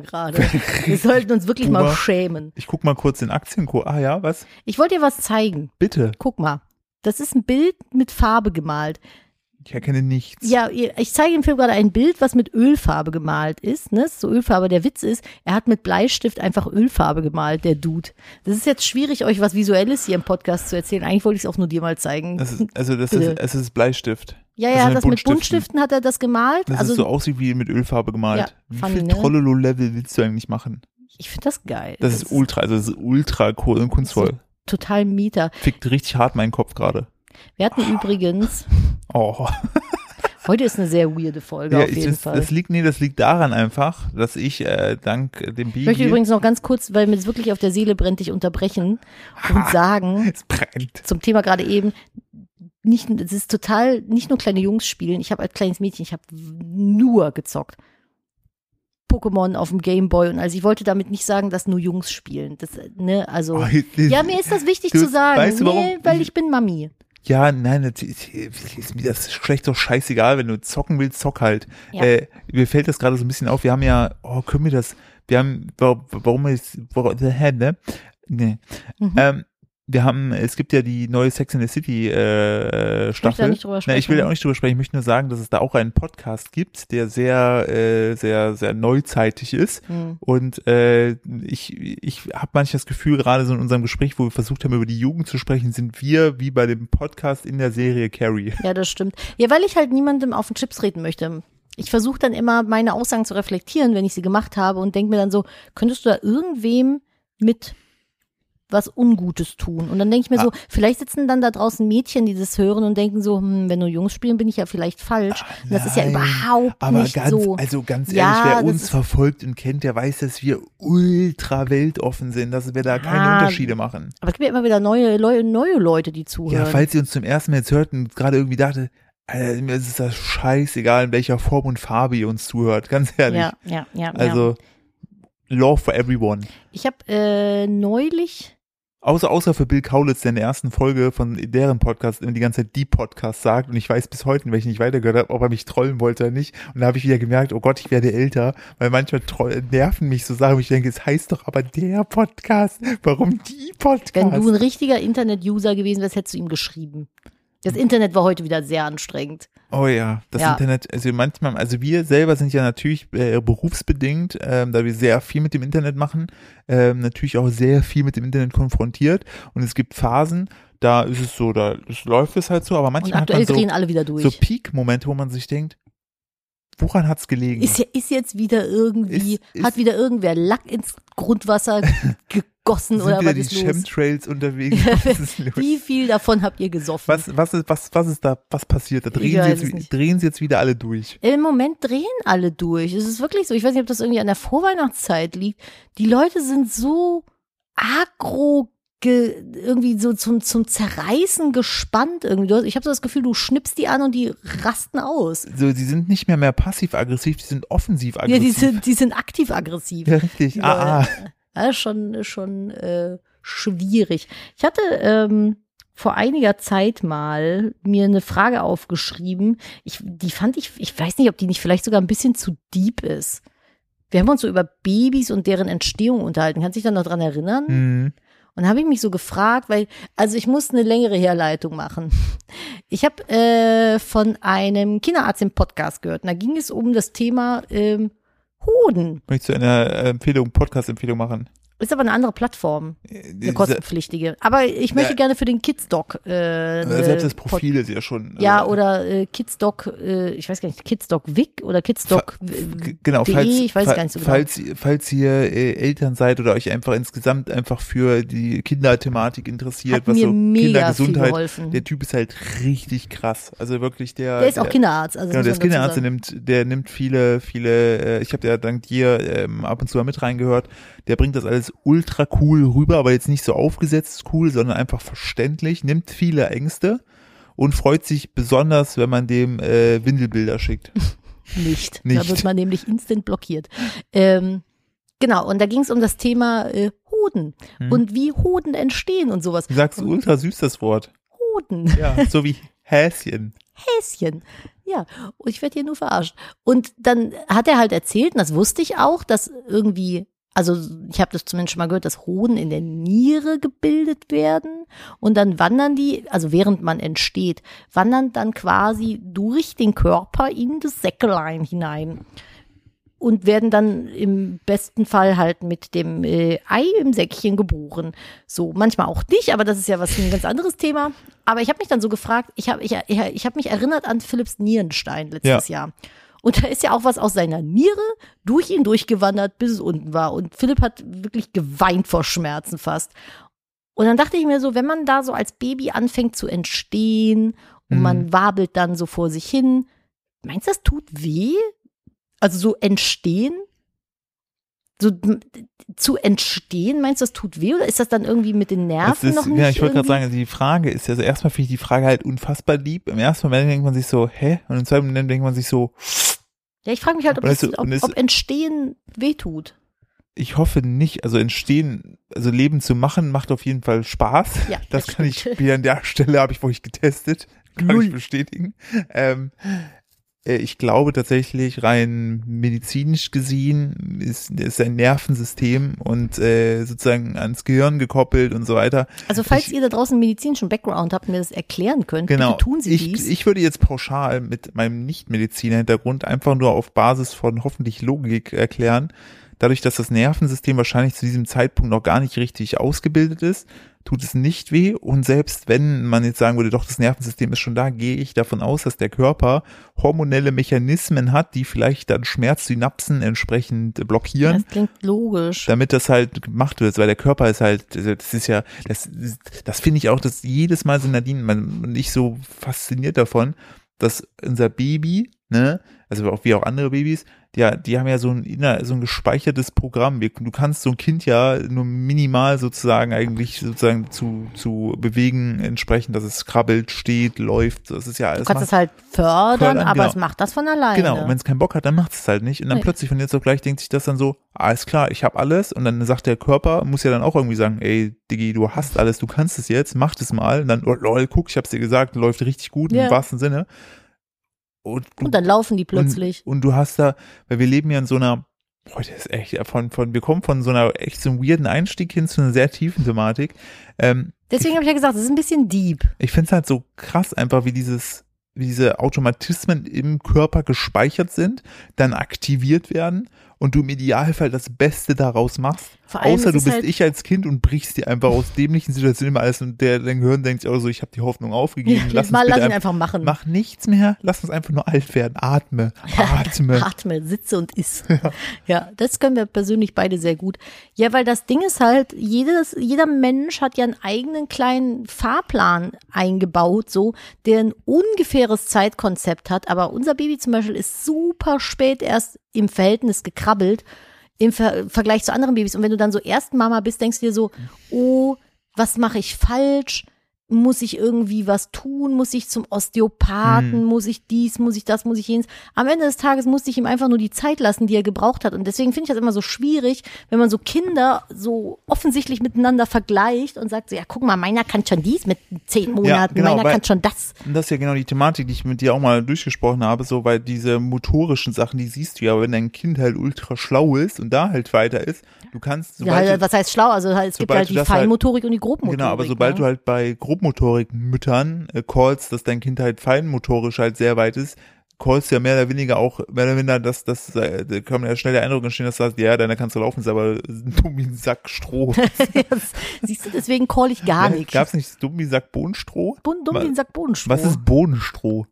S2: gerade. wir sollten uns wirklich mal
S1: Boomer.
S2: schämen.
S1: Ich guck mal kurz den Aktienkurs. Ah ja, was?
S2: Ich wollte dir was zeigen.
S1: Bitte.
S2: Guck mal. Das ist ein Bild mit Farbe gemalt.
S1: Ich erkenne nichts.
S2: Ja, ihr- ich zeige im Film gerade ein Bild, was mit Ölfarbe gemalt ist. Ne? Ist So Ölfarbe, der Witz ist, er hat mit Bleistift einfach Ölfarbe gemalt, der Dude. Das ist jetzt schwierig, euch was Visuelles hier im Podcast zu erzählen. Eigentlich wollte ich es auch nur dir mal zeigen.
S1: Das ist, also das
S2: Bitte.
S1: ist, es ist Bleistift.
S2: ja,
S1: das
S2: ja,
S1: sind
S2: das mit
S1: Buntstiften.
S2: Buntstiften hat er das gemalt.
S1: Das
S2: also
S1: ist so aussieht wie mit Ölfarbe gemalt.
S2: Ja,
S1: wie
S2: funny,
S1: viel
S2: ne?
S1: Trollolo-Level willst du eigentlich machen?
S2: ich finde das Also geil.
S1: Das, ist ultra, also das ist ultra cool und kunstvoll.
S2: total Mieter.
S1: Fickt richtig hart meinen Kopf gerade.
S2: Wir hatten übrigens,
S1: Oh.
S2: heute ist eine sehr weirde Folge
S1: Ja,
S2: auf
S1: ich,
S2: jeden
S1: das,
S2: Fall.
S1: das liegt, nee, das liegt daran einfach, dass ich äh, dank äh, dem Bibi.
S2: Ich möchte übrigens noch ganz kurz, weil mir das wirklich auf der Seele brennt, dich unterbrechen und sagen,
S1: es brennt.
S2: zum Thema gerade eben, nicht, es ist total, nicht nur kleine Jungs spielen, ich habe als kleines Mädchen, ich habe nur gezockt. Pokémon auf dem Gameboy und also ich wollte damit nicht sagen, dass nur Jungs spielen. Das, ne, also.
S1: Oh, jetzt-
S2: ja, mir ist das wichtig
S1: Du-
S2: zu sagen.
S1: weißt du,
S2: nee,
S1: warum?
S2: weil ich bin Mami.
S1: Ja, nein, das ist, ist mir das schlecht doch scheißegal, wenn du zocken willst, zock halt.
S2: Ja.
S1: Äh, mir fällt das gerade so ein bisschen auf. Wir haben ja, oh, können wir das, wir haben, wa- warum ist, warum, hä, ne? Nee.
S2: Mhm.
S1: Ähm, wir haben, es gibt ja die neue Sex in the City äh, Staffel.
S2: da nicht drüber
S1: Na, ich will
S2: sprechen.
S1: da auch nicht drüber sprechen. Ich möchte nur sagen, dass es da auch einen Podcast gibt, der sehr, äh, sehr, sehr neuzeitig ist.
S2: Hm.
S1: Und äh, ich, ich habe manchmal das Gefühl, gerade so in unserem Gespräch, wo wir versucht haben, über die Jugend zu sprechen, sind wir wie bei dem Podcast in der Serie Carrie.
S2: Ja, das stimmt. Ja, weil ich halt niemandem auf den Chips treten möchte. Ich versuche dann immer, meine Aussagen zu reflektieren, wenn ich sie gemacht habe und denke mir dann so, könntest du da irgendwem mit was Ungutes tun? Und dann denke ich
S1: Ah.
S2: mir so, vielleicht sitzen dann da draußen Mädchen, die das hören und denken so, hm, wenn nur Jungs spielen, bin ich ja vielleicht falsch. Und das ist ja
S1: Nein,
S2: überhaupt
S1: aber
S2: nicht
S1: ganz,
S2: so.
S1: also ganz ehrlich,
S2: Ja,
S1: wer
S2: das
S1: uns
S2: ist-
S1: verfolgt und kennt, der weiß, dass wir ultra weltoffen sind, dass wir da keine
S2: Ah,
S1: Unterschiede machen.
S2: aber es gibt ja immer wieder neue, Leu- neue Leute, die zuhören.
S1: Ja, falls ihr uns zum ersten Mal jetzt hört und gerade irgendwie dachte, Alter, mir ist das scheißegal, in welcher Form und Farbe ihr uns zuhört, ganz ehrlich.
S2: ja, ja, ja, ja.
S1: also, Law for everyone.
S2: Ich habe äh, neulich
S1: Außer, außer für Bill Kaulitz, der in der ersten Folge von deren Podcast immer die ganze Zeit die Podcast sagt und ich weiß bis heute, weil ich nicht weitergehört habe, ob er mich trollen wollte oder nicht. Und da habe ich wieder gemerkt, oh Gott, ich werde älter, weil manchmal troll, nerven mich so Sachen, wo ich denke, es heißt doch aber der Podcast, warum die Podcast?
S2: Wenn du ein richtiger Internet-User gewesen wärst, hättest du ihm geschrieben.
S1: Hm.
S2: Das Internet war heute wieder sehr anstrengend.
S1: Oh ja, das
S2: Ja.
S1: Internet, also manchmal, also wir selber sind ja natürlich äh, berufsbedingt, ähm, da wir sehr viel mit dem Internet machen, ähm, natürlich auch sehr viel mit dem Internet konfrontiert und es gibt Phasen, da ist es so, da es läuft es halt so, aber
S2: Und
S1: manchmal hat
S2: aktuell
S1: man so,
S2: drehen alle wieder durch.
S1: so Peak-Momente, wo man sich denkt, woran hat's gelegen?
S2: ist, ja- ist jetzt wieder irgendwie,
S1: Ist- ist-
S2: hat wieder irgendwer Lack ins Grundwasser gegossen
S1: Sind
S2: oder
S1: wieder
S2: was
S1: die
S2: ist los?
S1: Chemtrails unterwegs? Was ist los?
S2: Wie viel davon habt ihr gesoffen?
S1: Was, was, ist, was, was ist da, was passiert? Da
S2: Ich
S1: drehen
S2: weiß
S1: sie,
S2: es
S1: jetzt, wie-
S2: nicht.
S1: drehen sie jetzt wieder alle durch.
S2: Im Moment drehen alle durch. Es ist wirklich so. Ich weiß nicht, ob das irgendwie an der Vorweihnachtszeit liegt. Die Leute sind so agro, ge, irgendwie so zum, zum Zerreißen gespannt. Irgendwie. Du hast- Ich habe so das Gefühl, du schnippst die an und die rasten aus.
S1: So, sie sind nicht mehr mehr passiv-aggressiv, die sind offensiv-aggressiv.
S2: Ja, die sind, die sind aktiv aggressiv.
S1: Ja, richtig.
S2: Die
S1: ah, ah.
S2: Ja, ist schon, ist schon äh, schwierig. Ich hatte ähm, vor einiger Zeit mal mir eine Frage aufgeschrieben. Ich, die fand ich, ich weiß nicht, ob die nicht vielleicht sogar ein bisschen zu deep ist. Wir haben uns so über Babys und deren Entstehung unterhalten. Kannst du dich da noch dran erinnern?
S1: Hm.
S2: Und habe ich mich so gefragt, weil, also ich muss eine längere Herleitung machen. Ich habe äh, von einem Kinderarzt im Podcast gehört. Und da ging es um das Thema ähm, Hoden.
S1: Möchtest du eine Empfehlung, Podcast-Empfehlung machen? Äh,
S2: Ist aber eine andere Plattform, eine kostenpflichtige. Aber ich möchte
S1: Ja.
S2: gerne für den Kidsdoc. Äh,
S1: Äh, Selbst das
S2: Pod-
S1: Profil ist ja schon. äh,
S2: Ja, oder äh, Kidsdoc, äh, ich weiß gar nicht, Kidsdoc Wick oder Kidsdoc.
S1: G- Genau,
S2: DE,
S1: falls,
S2: Äh, E, ich weiß
S1: fa-
S2: gar nicht so genau.
S1: falls, falls ihr äh, Eltern seid oder euch einfach insgesamt einfach für die Kinderthematik interessiert,
S2: Hat
S1: was
S2: mir
S1: so
S2: mega viel
S1: Kindergesundheit,
S2: geholfen.
S1: der Typ ist halt richtig krass. Also wirklich der.
S2: der ist auch Kinderarzt. Also
S1: Genau,
S2: muss
S1: der
S2: man
S1: ist
S2: dazu
S1: Kinderarzt, der
S2: sagen.
S1: nimmt, der nimmt viele, viele, äh, ich habe ja dank dir ähm, ab und zu mal mit reingehört, der bringt das alles ultra cool rüber, aber jetzt nicht so aufgesetzt cool, sondern einfach verständlich, nimmt viele Ängste und freut sich besonders, wenn man dem äh, Windelbilder schickt.
S2: Nicht. Da
S1: ne? Nicht.
S2: wird man nämlich instant blockiert. Ähm, genau, und da ging es um das Thema äh, Hoden
S1: Hm.
S2: und wie Hoden entstehen und sowas.
S1: Du sagst ultra süß das Wort.
S2: Hoden,
S1: Ja, so wie Häschen.
S2: Häschen. Ja, und ich werde hier nur verarscht. Und dann hat er halt erzählt, und das wusste ich auch, dass irgendwie, also ich habe das zumindest schon mal gehört, dass Hoden in der Niere gebildet werden und dann wandern die, also während man entsteht, wandern dann quasi durch den Körper in das Säckelein hinein. und werden dann im besten Fall halt mit dem äh, Ei im Säckchen geboren. So, manchmal auch nicht, aber das ist ja was ein ganz anderes Thema. Aber ich habe mich dann so gefragt, ich habe ich, ich, ich hab mich erinnert an Philipps Nierenstein letztes Jahr. Und da ist ja auch was aus seiner Niere durch ihn durchgewandert, bis es unten war. Und Philipp hat wirklich geweint vor Schmerzen fast. Und dann dachte ich mir so, wenn man da so als Baby anfängt zu entstehen und
S1: Mhm.
S2: man wabelt dann so vor sich hin, meinst du, das tut weh? Also so entstehen? So m- zu entstehen, meinst du, das tut weh oder ist das dann irgendwie mit den
S1: Das
S2: Nerven
S1: ist,
S2: noch nicht?
S1: ja, ich wollte gerade
S2: irgendwie?
S1: sagen, also die Frage ist ja, also erstmal finde ich die Frage halt unfassbar lieb. Im ersten Moment denkt man sich so, hä? Und im zweiten Moment denkt man sich so,
S2: Ja, ich frage mich halt, ob,
S1: Und
S2: das,
S1: weißt du,
S2: ob,
S1: und es-
S2: ob entstehen weh tut.
S1: ich hoffe nicht, also entstehen, also Leben zu machen, macht auf jeden Fall Spaß.
S2: Ja,
S1: das
S2: das
S1: kann
S2: stimmt.
S1: ich wieder an der Stelle, habe ich für euch getestet, kann
S2: Null.
S1: ich bestätigen. Ähm, äh, ich glaube tatsächlich rein medizinisch gesehen ist, ist ein Nervensystem und äh, sozusagen ans Gehirn gekoppelt und so weiter.
S2: Also falls
S1: Ich-
S2: ihr da draußen einen medizinischen Background habt und mir das erklären könnt,
S1: Genau.
S2: bitte tun Sie
S1: ich,
S2: dies.
S1: ich würde jetzt pauschal mit meinem Nicht-Mediziner-Hintergrund einfach nur auf Basis von hoffentlich Logik erklären, dadurch, dass das Nervensystem wahrscheinlich zu diesem Zeitpunkt noch gar nicht richtig ausgebildet ist, tut es nicht weh. Und selbst wenn man jetzt sagen würde, doch, das Nervensystem ist schon da, gehe ich davon aus, dass der Körper hormonelle Mechanismen hat, die vielleicht dann Schmerzsynapsen entsprechend blockieren
S2: das klingt logisch.
S1: damit das halt gemacht wird, weil der Körper ist halt, also das ist ja, das, das finde ich auch, dass jedes Mal sind Nadine man, und ich so fasziniert davon, dass unser Baby, ne, also auch wie auch andere Babys, die, die haben ja so ein, inner- so ein gespeichertes Programm. Wir- Du kannst so ein Kind ja nur minimal sozusagen eigentlich sozusagen zu, zu bewegen, entsprechend, dass es krabbelt, steht, läuft. Das ist ja alles.
S2: Du kannst
S1: mach-
S2: es halt fördern,
S1: fördern,
S2: aber
S1: genau.
S2: es macht das von alleine.
S1: Genau, und wenn es keinen Bock hat, dann macht es halt nicht. Und dann
S2: Nee.
S1: plötzlich von jetzt auf gleich denkt sich das dann so, alles klar, ich habe alles. Und dann sagt der Körper, muss ja dann auch irgendwie sagen, ey, Diggi, du hast alles, du kannst es jetzt, mach das mal. Und dann, oh, lol, guck, ich hab's dir gesagt, läuft richtig gut
S2: Ja.
S1: im wahrsten Sinne. Und, du-
S2: und dann laufen die plötzlich.
S1: Und, und du hast da, weil wir leben ja in so einer, boah, das ist echt, von, von, wir kommen von so einer echt so einem weirden Einstieg hin zu einer sehr tiefen Thematik. Ähm,
S2: Deswegen habe ich ja gesagt, es ist ein bisschen deep.
S1: ich finde es halt so krass einfach, wie dieses, wie diese Automatismen im Körper gespeichert sind, dann aktiviert werden und du im Idealfall das Beste daraus machst.
S2: Vor allem
S1: Außer
S2: es
S1: du
S2: ist
S1: bist
S2: halt-
S1: ich als Kind und brichst dir einfach aus dämlichen Situationen immer alles und der dein Gehirn denkt sich auch so, ich habe die Hoffnung aufgegeben, lass uns
S2: mal
S1: bitte
S2: lass ihn
S1: einfach,
S2: einfach machen.
S1: mach nichts mehr, lass uns einfach nur alt werden, atme, atme.
S2: Atme, sitze und iss. Ja. das können wir persönlich beide sehr gut. Ja, weil das Ding ist halt, jedes, jeder Mensch hat ja einen eigenen kleinen Fahrplan eingebaut, so, der ein ungefähres Zeitkonzept hat. Aber unser Baby zum Beispiel ist super spät erst im Verhältnis gekrabbelt, im Ver Vergleich zu anderen Babys. Und wenn du dann so erst Mama bist, denkst du dir so, oh, was mache ich falsch? muss ich irgendwie was tun, muss ich zum Osteopathen,
S1: Hm.
S2: muss ich dies, muss ich das, muss ich jenes. Am Ende des Tages musste ich ihm einfach nur die Zeit lassen, die er gebraucht hat. Und deswegen finde ich das immer so schwierig, wenn man so Kinder so offensichtlich miteinander vergleicht und sagt so, ja, guck mal, meiner kann schon dies mit zehn Monaten,
S1: genau,
S2: meiner
S1: weil-
S2: kann schon das.
S1: Und das ist ja genau die Thematik, die ich mit dir auch mal durchgesprochen habe, so, weil diese motorischen Sachen, die siehst du ja, wenn dein Kind halt ultra schlau ist und da halt weiter ist, du kannst,
S2: Ja,
S1: sobald du-
S2: halt, was heißt schlau? Also halt, es gibt
S1: sobald
S2: halt
S1: du
S2: die
S1: das halt-
S2: Feinmotorik und die Grobmotorik.
S1: Genau, aber sobald
S2: ne?
S1: du halt bei Grobmotorik-Müttern äh, callst, dass dein Kind halt feinmotorisch halt sehr weit ist, callst du ja mehr oder weniger auch, mehr oder weniger, dass das, äh, da kann man ja schnell der Eindruck entstehen, dass du sagst, ja, deine kannst du laufen, ist aber dumm wie ein Sack Stroh.
S2: Jetzt- Siehst du, deswegen call ich gar nichts.
S1: halt Gab's nicht dumm wie ein Sack Bohnenstroh?
S2: Bund um
S1: Wa-
S2: den Sack Bodenstroh.
S1: Was ist Bohnenstroh?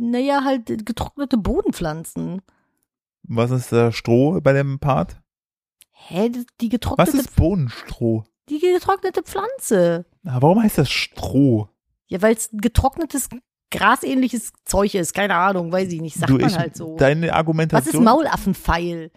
S2: Naja, halt getrocknete Bodenpflanzen.
S1: Was ist da Stroh bei dem Part?
S2: Hä, die- die
S1: Was
S2: getrocknete,
S1: ist Bohnenstroh?
S2: die getrocknete Pflanze.
S1: Na, warum heißt das Stroh?
S2: Ja, weil es getrocknetes, grasähnliches Zeug ist. Keine Ahnung, weiß ich nicht. Sagt
S1: Du,
S2: man
S1: ich-
S2: halt so.
S1: Deine
S2: Was ist
S1: Argumentation.
S2: Maulaffenpfeil?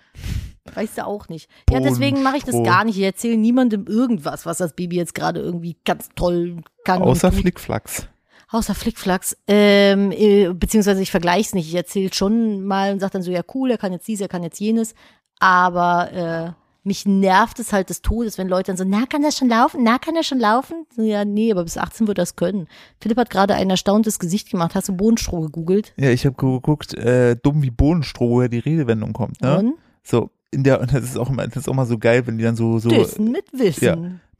S2: Weißt du auch nicht. Ja, deswegen mache ich das
S1: Bohnenstroh.
S2: gar nicht. Ich erzähle niemandem irgendwas, was das Baby jetzt gerade irgendwie ganz toll kann. und
S1: Außer
S2: tut.
S1: Flickflacks.
S2: Außer Flickflacks. Ähm, äh, beziehungsweise ich vergleiche es nicht. Ich erzähle schon mal und sage dann so, ja cool, er kann jetzt dies, er kann jetzt jenes. Aber äh, mich nervt es halt des Todes, wenn Leute dann so, na, kann er schon laufen? Na, kann er schon laufen? So, ja, nee, aber bis 18 wird das können. Philipp hat gerade ein erstauntes Gesicht gemacht. Hast du Bodenstroh gegoogelt?
S1: Ja, ich habe geguckt, äh, dumm wie Bohnenstroh, woher die Redewendung kommt, ne?
S2: Und?
S1: So, in der, und das ist auch immer, das ist auch mal so geil, wenn die dann so, so,
S2: Düssen mit Wissen.
S1: ja.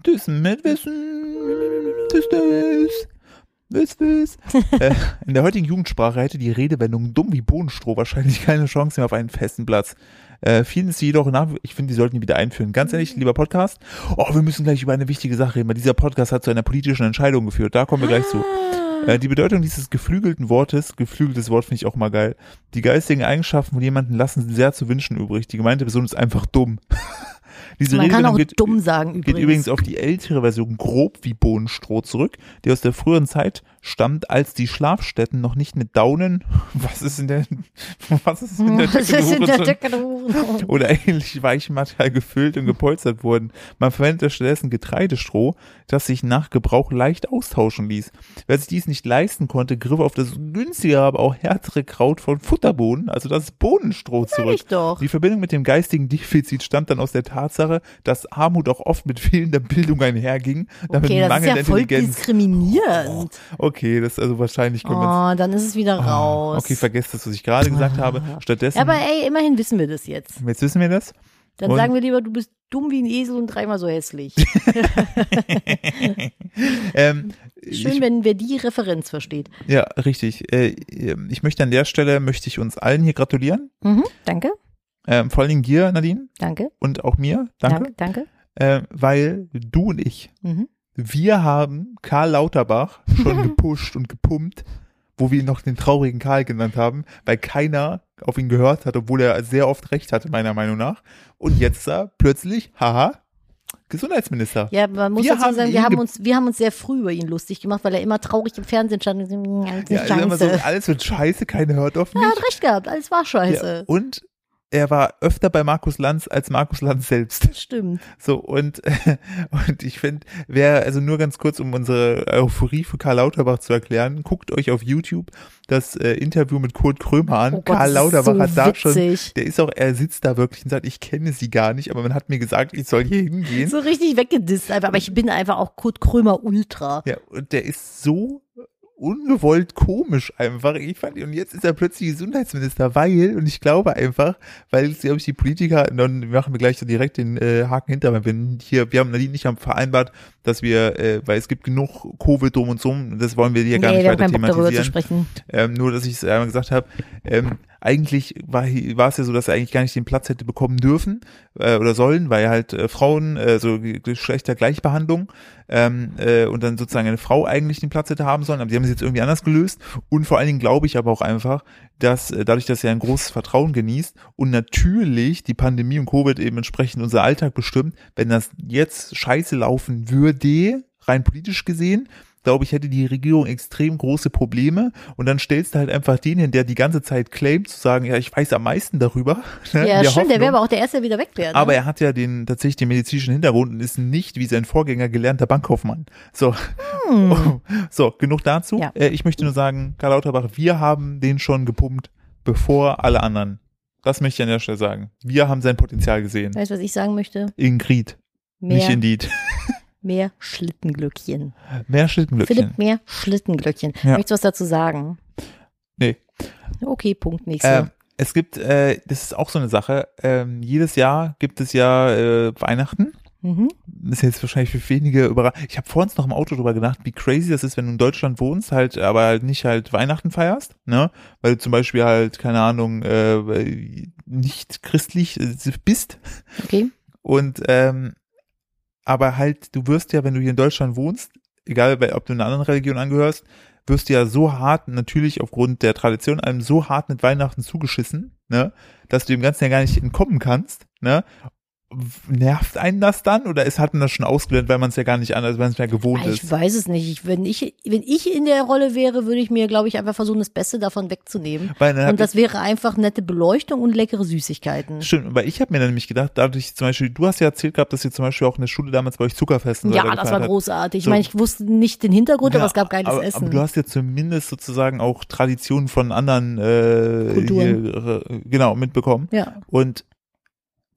S1: Düssen mitwissen, düs, düs, düs, düs. äh, in der heutigen Jugendsprache hätte die Redewendung dumm wie Bohnenstroh wahrscheinlich keine Chance mehr auf einen festen Platz. Äh, vielen ist jedoch nach, ich finde, die sollten die wieder einführen. Ganz ehrlich, lieber Podcast, oh, wir müssen gleich über eine wichtige Sache reden, weil dieser Podcast hat zu einer politischen Entscheidung geführt, da kommen wir gleich zu.
S2: Ah.
S1: Äh, die Bedeutung dieses geflügelten Wortes, geflügeltes Wort finde ich auch mal geil. Die geistigen Eigenschaften von jemandem lassen sehr zu wünschen übrig. Die gemeinte Person ist einfach dumm. Diese
S2: Man kann
S1: Redewendung
S2: auch
S1: geht-
S2: dumm sagen übrigens.
S1: Geht übrigens auf die ältere Version grob wie Bohnenstroh zurück, die aus der früheren Zeit stammt, als die Schlafstätten noch nicht mit Daunen, was ist in der, was ist in der,
S2: Was ist in der
S1: Decke
S2: Decke der Hurensohn?
S1: oder ähnlich weichem Material gefüllt und gepolstert wurden. Man verwendete stattdessen Getreidestroh, das sich nach Gebrauch leicht austauschen ließ. Wer sich dies nicht leisten konnte, griff auf das günstigere, aber auch härtere Kraut von Futterbohnen, also das Bohnenstroh
S2: Sag
S1: zurück.
S2: ich doch.
S1: Die Verbindung mit dem geistigen Defizit stammt dann aus der Tatsache, dass Armut auch oft mit fehlender Bildung einherging, damit
S2: Okay, das ist
S1: mangelnde
S2: ja voll
S1: Intelligenz.
S2: diskriminierend.
S1: Okay, das ist also wahrscheinlich Oh, können wir Ah,
S2: Oh, dann ist es wieder raus.
S1: Okay, vergesst das, was ich gerade gesagt habe. Stattdessen,
S2: Oh, Ja, aber ey, immerhin wissen wir das jetzt.
S1: jetzt wissen wir das.
S2: Dann
S1: Und-
S2: sagen wir lieber, du bist dumm wie ein Esel und dreimal so hässlich.
S1: Ähm,
S2: Schön,
S1: ich,
S2: wenn wer die Referenz versteht.
S1: ja, richtig. Äh, ich möchte an der Stelle, möchte ich uns allen hier gratulieren.
S2: Mhm, danke,
S1: Ähm, vor allen Dingen dir, Nadine,
S2: danke,
S1: und auch mir. Danke.
S2: danke, danke.
S1: Äh, weil du und ich
S2: Mhm.
S1: Wir haben Karl Lauterbach schon gepusht und gepumpt, wo wir ihn noch den traurigen Karl genannt haben, weil keiner auf ihn gehört hat, obwohl er sehr oft recht hatte, meiner Meinung nach. Und jetzt ist er plötzlich, haha, Gesundheitsminister.
S2: Ja, man muss
S1: Wir
S2: dazu
S1: haben
S2: sagen,
S1: ihn
S2: wir haben,
S1: ge-
S2: uns, wir haben uns sehr früh über ihn lustig gemacht, weil er immer traurig im Fernsehen stand und so, "Mm, alles
S1: Ja,
S2: ist
S1: also immer so,
S2: scheiße.
S1: alles wird scheiße, keiner hört auf mich.
S2: er hat recht gehabt, alles war
S1: Ja,
S2: scheiße.
S1: und er war öfter bei Markus Lanz als Markus Lanz selbst.
S2: Stimmt.
S1: So, und, und ich finde, wer, also nur ganz kurz, um unsere Euphorie für Karl Lauterbach zu erklären, guckt euch auf YouTube das äh, Interview mit Kurt Krömer an.
S2: Oh Gott,
S1: Karl
S2: das ist
S1: Lauterbach
S2: so
S1: hat da schon,
S2: witzig.
S1: der ist auch, er sitzt da wirklich und sagt, ich kenne sie gar nicht, aber man hat mir gesagt, ich soll hier hingehen.
S2: So richtig weggedisst einfach, aber ich bin einfach auch Kurt Krömer Ultra.
S1: Ja, und der ist so ungewollt komisch einfach. Ich fand, und jetzt ist er plötzlich Gesundheitsminister, weil, und ich glaube einfach, weil, glaube ich, die Politiker, und dann machen wir gleich so direkt den äh, Haken hinter, weil wir hier, wir haben Nadine nicht haben vereinbart, dass wir, äh, weil es gibt genug Covid drum und so, und das wollen wir hier gar
S2: nee,
S1: nicht
S2: wir haben
S1: weiter
S2: keinen Bock darüber zu
S1: thematisieren.
S2: sprechen.
S1: Ähm, nur, dass ich es einmal gesagt habe, ähm, eigentlich war, hi- war es ja so, dass er eigentlich gar nicht den Platz hätte bekommen dürfen äh, oder sollen, weil halt äh, Frauen, äh, so Ge- Geschlechtergleichbehandlung ähm, äh, und dann sozusagen eine Frau eigentlich den Platz hätte haben sollen, aber die haben es jetzt irgendwie anders gelöst und vor allen Dingen glaube ich aber auch einfach, dass äh, dadurch, dass er ein großes Vertrauen genießt und natürlich die Pandemie und Covid eben entsprechend unser Alltag bestimmt, wenn das jetzt scheiße laufen würde, rein politisch gesehen, glaube ich, hätte die Regierung extrem große Probleme und dann stellst du halt einfach den hin, der die ganze Zeit claimt, zu sagen, ja, ich weiß am meisten darüber. ne, in
S2: Ja, stimmt, der
S1: Hoffnung.
S2: wäre aber auch der Erste, der wieder weg wäre. Ne?
S1: Aber er hat ja den tatsächlich den medizinischen Hintergrund und ist nicht wie sein Vorgänger gelernter Bankkaufmann. So,
S2: ne?
S1: so genug dazu.
S2: Hm. Ja.
S1: Äh, ich möchte nur sagen, Karl Lauterbach, wir haben den schon gepumpt, bevor alle anderen. Das möchte ich an der Stelle sagen. Wir haben sein Potenzial gesehen.
S2: weißt du, was ich sagen möchte?
S1: Ingrid, nicht
S2: Mehr,
S1: Indeed.
S2: mehr Schlittenglöckchen.
S1: Mehr Schlittenglöckchen.
S2: Philipp, mehr Schlittenglöckchen.
S1: Ja.
S2: Möchtest du was dazu sagen?
S1: Nee.
S2: Okay, Punkt,
S1: Ähm,
S2: nächste.
S1: es gibt, äh, das ist auch so eine Sache, ähm, jedes Jahr gibt es ja äh, Weihnachten.
S2: mhm.
S1: ist jetzt wahrscheinlich für wenige überraschend. Ich habe vorhin noch im Auto drüber gedacht, wie crazy das ist, wenn du in Deutschland wohnst, halt, aber halt nicht halt Weihnachten feierst, ne? Weil du zum Beispiel halt, keine Ahnung, äh, nicht christlich äh, bist.
S2: Okay.
S1: Und ähm, aber halt, du wirst ja, wenn du hier in Deutschland wohnst, egal bei- ob du einer anderen Religion angehörst, wirst du ja so hart, natürlich aufgrund der Tradition, einem so hart mit Weihnachten zugeschissen, ne, dass du dem Ganzen ja gar nicht entkommen kannst, ne? W- Nervt einen das dann oder ist, hat man das schon ausgelernt, weil man es ja gar nicht anders, weil man es ja gewohnt
S2: Ah, Ich
S1: ist?
S2: weiß es nicht. Ich, wenn, ich, wenn ich in der Rolle wäre, würde ich mir, glaube ich, einfach versuchen, das Beste davon wegzunehmen.
S1: Weil dann hab
S2: Und das wäre einfach nette Beleuchtung und leckere Süßigkeiten.
S1: Stimmt, weil ich habe mir dann nämlich gedacht, dadurch zum Beispiel, du hast ja erzählt gehabt, dass ihr zum Beispiel auch in der Schule damals bei euch Zuckerfesten und so
S2: Ja,
S1: weiter
S2: das
S1: gefeiert
S2: war
S1: habt.
S2: großartig. Ich
S1: So.
S2: meine, ich wusste nicht den Hintergrund, aber es gab geiles
S1: aber,
S2: Essen.
S1: Aber du hast ja zumindest sozusagen auch Traditionen von anderen äh,
S2: Kulturen.
S1: hier, äh, genau mitbekommen.
S2: ja.
S1: Und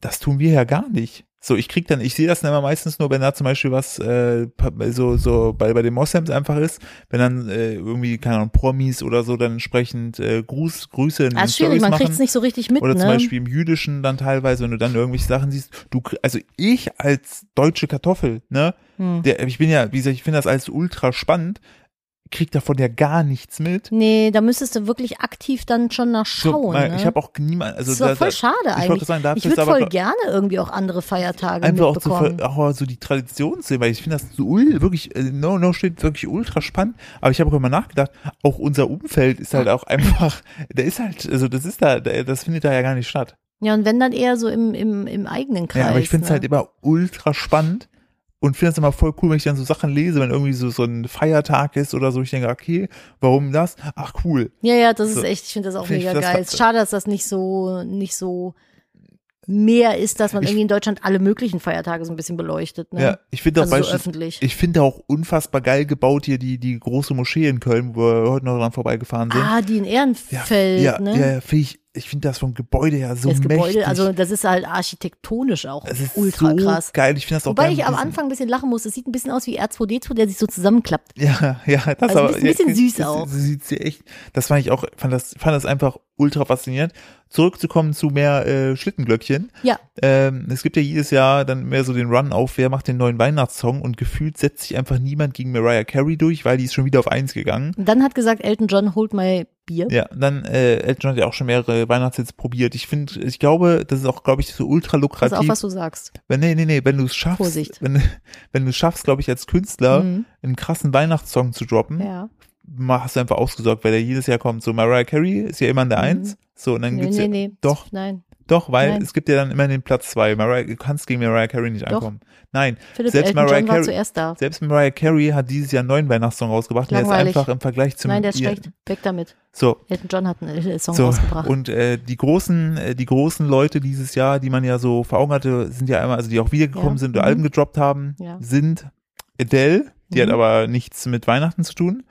S1: das tun wir ja gar nicht. So, ich krieg dann, ich sehe das dann immer meistens nur, wenn da zum Beispiel was äh, pa- so so bei bei den Moslems einfach ist, wenn dann äh, irgendwie keine Ahnung Promis oder so dann entsprechend äh, Gruß Grüße in den
S2: Das Ah, ist schwierig,
S1: Stories
S2: man
S1: machen.
S2: kriegt es nicht so richtig mit,
S1: Oder
S2: ne?
S1: zum Beispiel im Jüdischen dann teilweise, wenn du dann irgendwelche Sachen siehst, du, krie- also ich als deutsche Kartoffel, ne,
S2: Hm.
S1: der, ich bin ja, wie gesagt, ich finde das alles ultra spannend, krieg davon ja gar nichts mit.
S2: Nee, da müsstest du wirklich aktiv dann schon nachschauen.
S1: So, mal,
S2: ne?
S1: Ich habe auch niemand, also
S2: das ist doch
S1: da-
S2: voll
S1: da-
S2: schade
S1: wollte
S2: eigentlich.
S1: sagen, da
S2: ich
S1: ist
S2: würde
S1: aber
S2: voll
S1: doch-
S2: gerne irgendwie auch andere Feiertage
S1: einfach auch, zu,
S2: mitbekommen.
S1: ver- auch so die Tradition sehen, weil ich finde das so ul- wirklich, äh, no, no steht wirklich ultra spannend, aber ich habe auch immer nachgedacht, auch unser Umfeld ist halt auch einfach, da ist halt, also das ist da, da- das findet da ja gar nicht statt.
S2: ja, und wenn dann eher so im, im, im eigenen Kreis.
S1: Ja, aber ich finde es
S2: ne?
S1: halt immer ultra spannend und finde es immer voll cool, wenn ich dann so Sachen lese, wenn irgendwie so, so ein Feiertag ist oder so. Ich denke, okay, warum das? Ach cool.
S2: Ja, ja, das ist
S1: So.
S2: echt, ich finde das auch
S1: Find ich
S2: mega
S1: das
S2: geil.
S1: ver-
S2: Ist Schade, dass das nicht so, nicht so mehr ist, dass man
S1: Ich-
S2: irgendwie in Deutschland alle möglichen Feiertage so ein bisschen beleuchtet. Ne?
S1: Ja, ich finde auch
S2: also so
S1: beispielsweise.
S2: öffentlich.
S1: ich finde auch unfassbar geil gebaut hier die, die große Moschee in Köln, wo wir heute noch dran vorbeigefahren sind.
S2: ah, die in
S1: ja,
S2: Ehrenfeld,
S1: ja,
S2: ne?
S1: ja, ja, finde ich, ich finde das vom Gebäude her so
S2: das
S1: mächtig.
S2: Gebäude, also das ist halt architektonisch auch
S1: es ist
S2: ultra
S1: so
S2: krass.
S1: geil. Ich finde das auch
S2: Wobei
S1: geil
S2: ich
S1: mit
S2: am
S1: diesem-
S2: Anfang ein bisschen lachen muss. Es sieht ein bisschen aus wie R2D2, der sich so zusammenklappt.
S1: Ja, ja, das
S2: Also ein
S1: aber
S2: bisschen- bisschen
S1: ja,
S2: süß
S1: das,
S2: auch.
S1: Das, sieht sie echt. Das fand ich auch, fand das, fand das einfach ultra faszinierend. Zurückzukommen zu mehr äh, Schlittenglöckchen.
S2: Ja,
S1: Ähm, es gibt ja jedes Jahr dann mehr so den Run auf, wer macht den neuen Weihnachtssong und gefühlt setzt sich einfach niemand gegen Mariah Carey durch, weil die ist schon wieder auf eins gegangen.
S2: und dann hat gesagt Elton John, hold my Bier.
S1: Ja, dann äh, Elton John hat ja auch schon mehrere Weihnachtshits probiert. Ich finde, ich glaube, das ist auch, glaube ich, so ultra
S2: Pass auf,
S1: lukrativ.
S2: was du sagst.
S1: wenn, nee, nee, nee, wenn du es schaffst,
S2: Vorsicht.
S1: wenn, wenn du es schaffst, glaube ich, als Künstler
S2: Mhm.
S1: einen krassen Weihnachtssong zu droppen,
S2: Ja.
S1: mach- hast du einfach ausgesorgt, weil der jedes Jahr kommt. So Mariah Carey ist ja immer an der
S2: Mhm.
S1: Eins. So, und dann
S2: Nee,
S1: gibt's
S2: nee,
S1: ja,
S2: nee.
S1: Doch.
S2: Nein.
S1: doch, weil
S2: Nein.
S1: es gibt ja dann immer den Platz zwei. Mariah, du kannst gegen Mariah Carey nicht
S2: Doch.
S1: ankommen. Nein,
S2: Philipp
S1: Selbst
S2: Elton
S1: Mariah
S2: John war
S1: Carey-
S2: zuerst da.
S1: selbst Mariah Carey hat dieses Jahr einen neuen Weihnachtssong rausgebracht. Und der ist
S2: Langweilig.
S1: einfach im Vergleich zum
S2: Nein, der ist
S1: ihr-
S2: schlecht. Weg damit.
S1: So,
S2: Elton John hat einen äh, Song
S1: so.
S2: rausgebracht.
S1: Und äh, die großen, äh, die großen Leute dieses Jahr, die man ja so vor Augen hatte, sind ja einmal, also die auch wiedergekommen
S2: Ja.
S1: sind und
S2: Mhm.
S1: Alben gedroppt haben,
S2: Ja.
S1: sind Adele, die hat
S2: Mhm.
S1: aber nichts mit Weihnachten zu tun.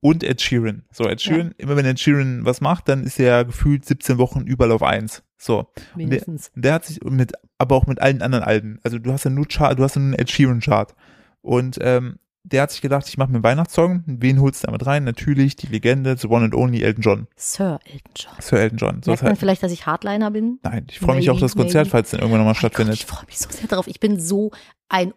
S1: Und Ed Sheeran. So, Ed
S2: Ja.
S1: Sheeran, immer wenn Ed Sheeran was macht, dann ist er gefühlt 17 Wochen überall auf 1. So. Und der,
S2: Mindestens.
S1: der hat sich mit, aber auch mit allen anderen Alben. Also du hast ja nur Chart, du hast ja nur einen Ed Sheeran Chart. Und ähm, der hat sich gedacht, ich mache mir einen Weihnachtssong. Wen holst du damit rein? Natürlich die Legende, the one and only Elton John.
S2: Sir Elton John.
S1: Sir Elton John. So
S2: Merkt
S1: ist
S2: man
S1: halt,
S2: vielleicht, dass ich Hardliner bin?
S1: nein, ich freue mich auf
S2: Maybe,
S1: das Konzert,
S2: maybe.
S1: falls es dann irgendwann nochmal
S2: Mein Gott,
S1: stattfindet.
S2: ich freue mich so sehr drauf. Ich bin so ein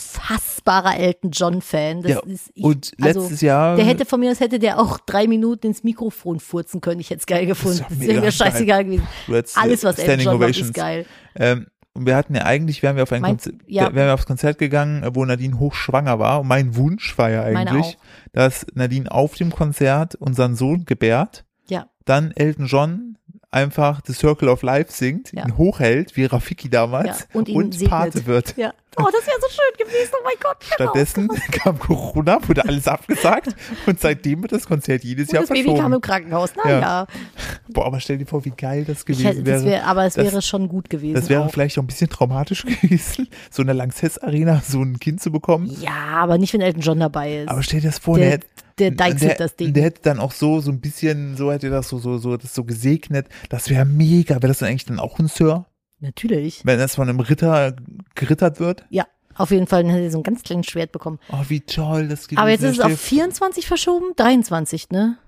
S2: unfassbarer Elton John-Fan. Das
S1: Ja,
S2: ist ich,
S1: Und
S2: also,
S1: letztes Jahr.
S2: Der hätte von mir aus hätte der auch drei Minuten ins Mikrofon furzen können. Ich hätte es geil gefunden.
S1: ja
S2: Das
S1: mega
S2: wäre mir scheißegal gewesen.
S1: let's-
S2: Alles, was Elton
S1: Standing
S2: John macht,
S1: Ovations.
S2: ist geil.
S1: Ähm, und wir hatten ja eigentlich, wären wir auf ein
S2: Mein-
S1: Konzert,
S2: ja.
S1: wären wir aufs Konzert gegangen, wo Nadine hochschwanger war. Und mein Wunsch war ja
S2: Meiner
S1: eigentlich, dass Nadine auf dem Konzert unseren Sohn gebärt,
S2: Ja.
S1: dann Elton John einfach The Circle of Life singt,
S2: Ja.
S1: ihn hochhält, wie Rafiki
S2: Ja,
S1: damals,
S2: und ihn segnet.
S1: Pate wird.
S2: Ja, Oh, das wäre so schön gewesen. Oh mein Gott. genau.
S1: Stattdessen kam Corona, wurde alles abgesagt und seitdem wird das Konzert jedes
S2: Und
S1: Jahr
S2: das Baby kam
S1: verschoben.
S2: im Krankenhaus.
S1: Ja.
S2: Naja.
S1: Boah, aber stell dir vor, wie geil das
S2: Ich
S1: gewesen
S2: hätte, das
S1: wäre.
S2: wär, aber es
S1: Das-
S2: wäre schon gut gewesen.
S1: Das wäre
S2: auch.
S1: vielleicht auch ein bisschen traumatisch gewesen, so in der Lanxess-Arena so ein Kind zu bekommen.
S2: Ja, aber nicht, wenn Elton John dabei ist.
S1: Aber stell dir das vor,
S2: der,
S1: der,
S2: der deichselt das Ding.
S1: Der hätte dann auch so, so ein bisschen, so hätte das so, so, so, das so gesegnet. Das wäre mega. Wäre das dann eigentlich dann auch ein Sir?
S2: Natürlich.
S1: Wenn das von einem Ritter gerittert wird?
S2: Ja, auf jeden Fall dann hätte er so ein ganz kleines Schwert bekommen.
S1: Oh, wie toll das gewesen
S2: Aber jetzt ist es
S1: Stell
S2: auf 24 verschoben? 23, ne?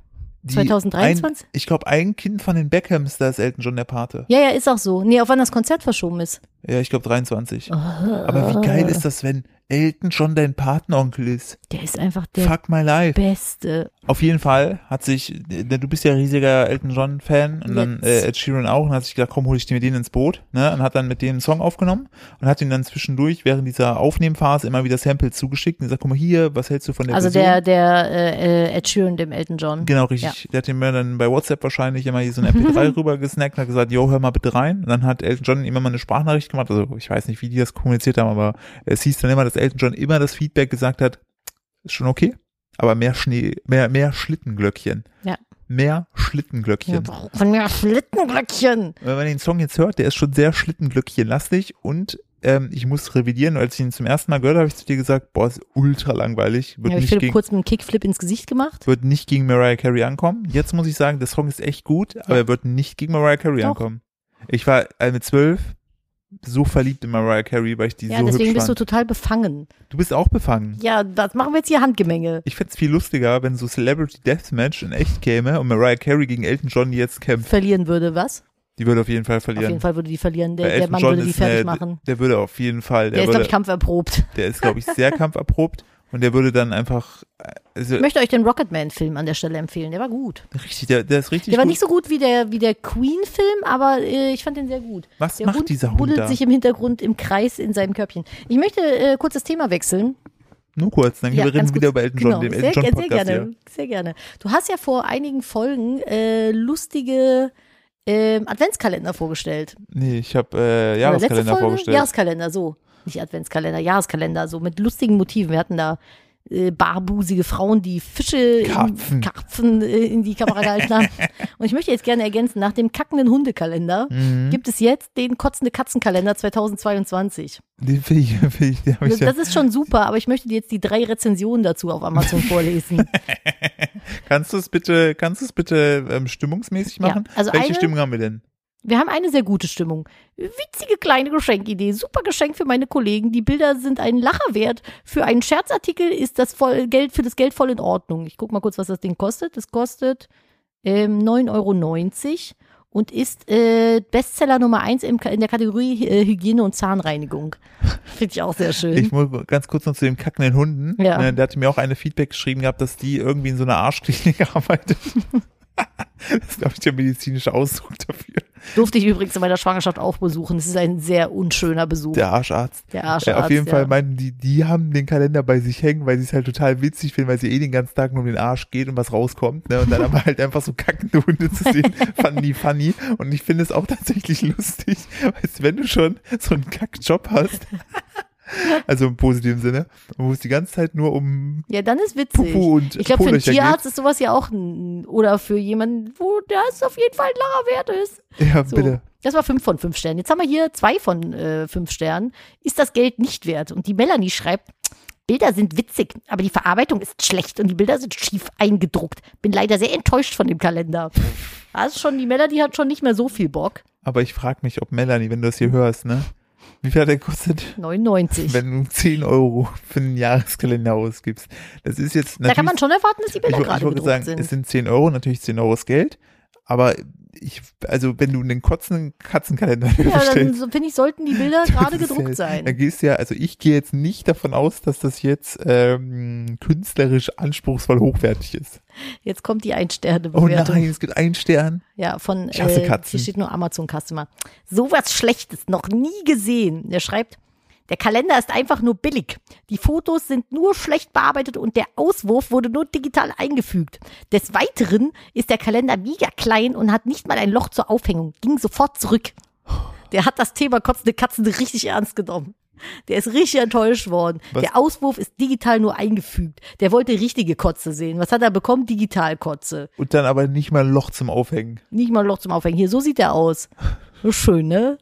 S1: die-
S2: 2023?
S1: Ein, ich glaube, ein Kind von den Beckhams, da ist Elton John der Pate.
S2: Ja, ja, ist auch so. Nee, auf wann das Konzert verschoben ist.
S1: Ja, ich glaube 23. Aber wie geil ist das, wenn Elton John dein Patenonkel ist?
S2: Der ist einfach der
S1: Fuck my life.
S2: Beste.
S1: Auf jeden Fall hat sich, denn du bist ja riesiger Elton John Fan und dann äh,
S2: Jetzt.
S1: Ed Sheeran auch und hat sich gedacht, komm, hol ich dir mit denen ins Boot, ne? Und hat dann mit denen einen Song aufgenommen und hat ihn dann zwischendurch während dieser Aufnehmphase immer wieder Samples zugeschickt und gesagt, guck mal hier, was hältst du von der
S2: Also
S1: Version?
S2: der, der äh, äh, Ed Sheeran, dem Elton John.
S1: Genau, richtig. Der hat ihm dann bei WhatsApp wahrscheinlich immer hier so ein MP3 rüber gesnackt und hat gesagt, yo, hör mal bitte rein. Und dann hat Elton John ihm immer eine Sprachnachricht gemacht. Also ich weiß nicht, wie die das kommuniziert haben, aber es hieß dann immer, dass Elton John immer das Feedback gesagt hat, ist schon okay, aber mehr Schnee, mehr, mehr Schlittenglöckchen.
S2: Ja.
S1: Mehr
S2: Ja,
S1: Schlittenglöckchen.
S2: braucht man mehr Schlittenglöckchen.
S1: Wenn man den Song jetzt hört, der ist schon sehr Schlittenglöckchenlastig und ähm, ich muss revidieren, als ich ihn zum ersten Mal gehört habe, habe ich zu dir gesagt, boah, ist ultra langweilig, wird
S2: Habe ich
S1: nicht
S2: Philipp
S1: gegen
S2: kurz mit einem Kickflip ins Gesicht gemacht?
S1: wird nicht gegen Mariah Carey ankommen. Jetzt muss ich sagen, der Song ist echt gut, aber er wird nicht gegen Mariah Carey
S2: Doch.
S1: ankommen. Ich war äh, mit zwölf so verliebt in Mariah Carey, weil ich die
S2: Ja,
S1: so
S2: deswegen
S1: hübsch
S2: bist du
S1: fand.
S2: total befangen.
S1: Du bist auch befangen.
S2: Ja, das machen wir jetzt hier Handgemenge.
S1: Ich fänd's viel lustiger, wenn so Celebrity Deathmatch in echt käme und Mariah Carey gegen Elton John jetzt kämpft.
S2: Verlieren würde, was?
S1: Die würde auf jeden Fall
S2: Auf
S1: Hm. verlieren.
S2: jeden Fall würde die verlieren.
S1: Weil
S2: Der, der
S1: Elton
S2: Mann
S1: John
S2: würde die
S1: ist
S2: fertig
S1: eine-
S2: machen.
S1: Der würde auf jeden Fall,
S2: Der
S1: der,
S2: ist, glaube
S1: würde,
S2: ich, kampferprobt.
S1: der ist, glaube ich, sehr kampferprobt und der würde dann einfach, also,
S2: Ich möchte euch den Rocketman-Film an der Stelle empfehlen. Der war gut.
S1: richtig, der, der ist richtig
S2: Der war
S1: gut.
S2: nicht so gut wie der, wie der Queen-Film, aber äh, ich fand den sehr gut.
S1: Was
S2: der
S1: macht
S2: Hund
S1: dieser Hund
S2: buddelt
S1: da?
S2: sich im Hintergrund im Kreis in seinem Körbchen. Ich möchte äh, kurz das Thema wechseln.
S1: Nur kurz, dann
S2: Ja,
S1: wir reden
S2: ganz
S1: wir
S2: kurz. Genau,
S1: wieder über Elton John, dem Elton
S2: sehr,
S1: John
S2: sehr
S1: Podcast
S2: gerne,
S1: hier.
S2: sehr gerne. Du hast ja vor einigen Folgen äh, lustige ähm, Adventskalender vorgestellt.
S1: Nee, ich habe äh,
S2: Oder letzte
S1: Jahreskalender
S2: Folge?
S1: vorgestellt.
S2: Jahreskalender, so. Nicht Adventskalender, Jahreskalender, so mit lustigen Motiven. Wir hatten da äh, barbusige Frauen, die Fische,
S1: Karpfen.
S2: In, Karpfen äh, in die Kamera gehalten haben. Und ich möchte jetzt gerne ergänzen, nach dem kackenden Hundekalender
S1: Mhm.
S2: gibt es jetzt den kotzende Katzenkalender 2022.
S1: Den finde ich, find ich, den hab ich
S2: Das,
S1: ja.
S2: das ist schon super, aber ich möchte dir jetzt die drei Rezensionen dazu auf Amazon vorlesen.
S1: Kannst du es bitte, kannst du es bitte ähm, stimmungsmäßig
S2: Ja,
S1: machen?
S2: also
S1: Welche
S2: eine-
S1: Stimmung haben wir denn?
S2: Wir haben eine sehr gute Stimmung. Witzige kleine Geschenkidee. Super Geschenk für meine Kollegen. Die Bilder sind einen Lacher wert. Für einen Scherzartikel ist das voll Geld für das Geld voll in Ordnung. Ich guck mal kurz, was das Ding kostet. Das kostet ähm, 9,90 Euro und ist äh, Bestseller Nummer 1 im, Ka- in der Kategorie Hy- äh, Hygiene und Zahnreinigung. Finde ich auch sehr schön.
S1: Ich muss ganz kurz noch zu dem kackenden Hunden.
S2: Ja.
S1: Ne, der hatte mir auch eine Feedback geschrieben gehabt, dass die irgendwie in so einer Arschklinik arbeitet. das ist, glaube ich, der medizinische Ausdruck dafür.
S2: Durfte ich übrigens in meiner Schwangerschaft auch besuchen. Es ist ein sehr unschöner Besuch.
S1: Der Arscharzt.
S2: Der
S1: Äh,
S2: Arscharzt,
S1: auf jeden
S2: ja.
S1: Fall meinten die, die haben den Kalender bei sich hängen, weil sie es halt total witzig finden, weil sie eh den ganzen Tag nur um den Arsch geht und was rauskommt. Ne? Und dann aber halt einfach so kackende Hunde zu sehen, fanden die funny. Und ich finde es auch tatsächlich lustig, weißt du, wenn du schon so einen Kackjob hast, also im positiven Sinne, wo es die ganze Zeit nur um
S2: Ja, dann ist witzig.
S1: Pupu und
S2: Ich glaube, für einen
S1: Polöcher
S2: Tierarzt ist sowas ja auch ein, oder für jemanden, wo das auf jeden Fall ein Lacher wert ist.
S1: geht. Ja,
S2: So.
S1: bitte.
S2: Das war fünf von fünf Sternen. Jetzt haben wir hier zwei von äh, fünf Sternen. Ist das Geld nicht wert? Und die Melanie schreibt, Bilder sind witzig, aber die Verarbeitung ist schlecht und die Bilder sind schief eingedruckt. Bin leider sehr enttäuscht von dem Kalender. Also schon, die Melanie hat schon nicht mehr so viel Bock.
S1: Aber ich frage mich, ob Melanie, wenn du das hier hörst, ne? Wie viel hat der gekostet?
S2: 99.
S1: Wenn du 10 Euro für einen Jahreskalender ausgibst. Das ist jetzt natürlich.
S2: da kann man schon erwarten, dass die
S1: Ich,
S2: Bilder
S1: wo- ich
S2: gerade
S1: wollte
S2: gedruckt
S1: sagen,
S2: sind.
S1: es sind 10 Euro, natürlich 10 Euro ist Geld, aber ich, also wenn du einen kotzenden Katzenkalender
S2: ja, dann
S1: bestellst,
S2: so- finde ich, sollten die Bilder
S1: das
S2: gerade
S1: ist
S2: gedruckt
S1: ja,
S2: sein.
S1: Dann gehst du ja, also ich gehe jetzt nicht davon aus, dass das jetzt ähm, künstlerisch anspruchsvoll hochwertig ist.
S2: Jetzt kommt die
S1: Oh
S2: Ein-Sterne-Bewertung.
S1: nein, es gibt einen Stern.
S2: Ja, von
S1: Ich hasse
S2: äh,
S1: Katzen.
S2: hier steht nur Amazon Customer. Sowas Schlechtes noch nie gesehen. Er schreibt, der Kalender ist einfach nur billig. Die Fotos sind nur schlecht bearbeitet und der Auswurf wurde nur digital eingefügt. Des Weiteren ist der Kalender mega klein und hat nicht mal ein Loch zur Aufhängung. Ging sofort zurück. Der hat das Thema kotzende Katzen richtig ernst genommen. Der ist richtig enttäuscht worden.
S1: Was?
S2: Der Auswurf ist digital nur eingefügt. Der wollte richtige Kotze sehen. Was hat er bekommen? Digitalkotze.
S1: Und dann aber nicht mal ein Loch zum Aufhängen.
S2: Nicht mal ein Loch zum Aufhängen. Hier, so sieht er aus. So schön, ne?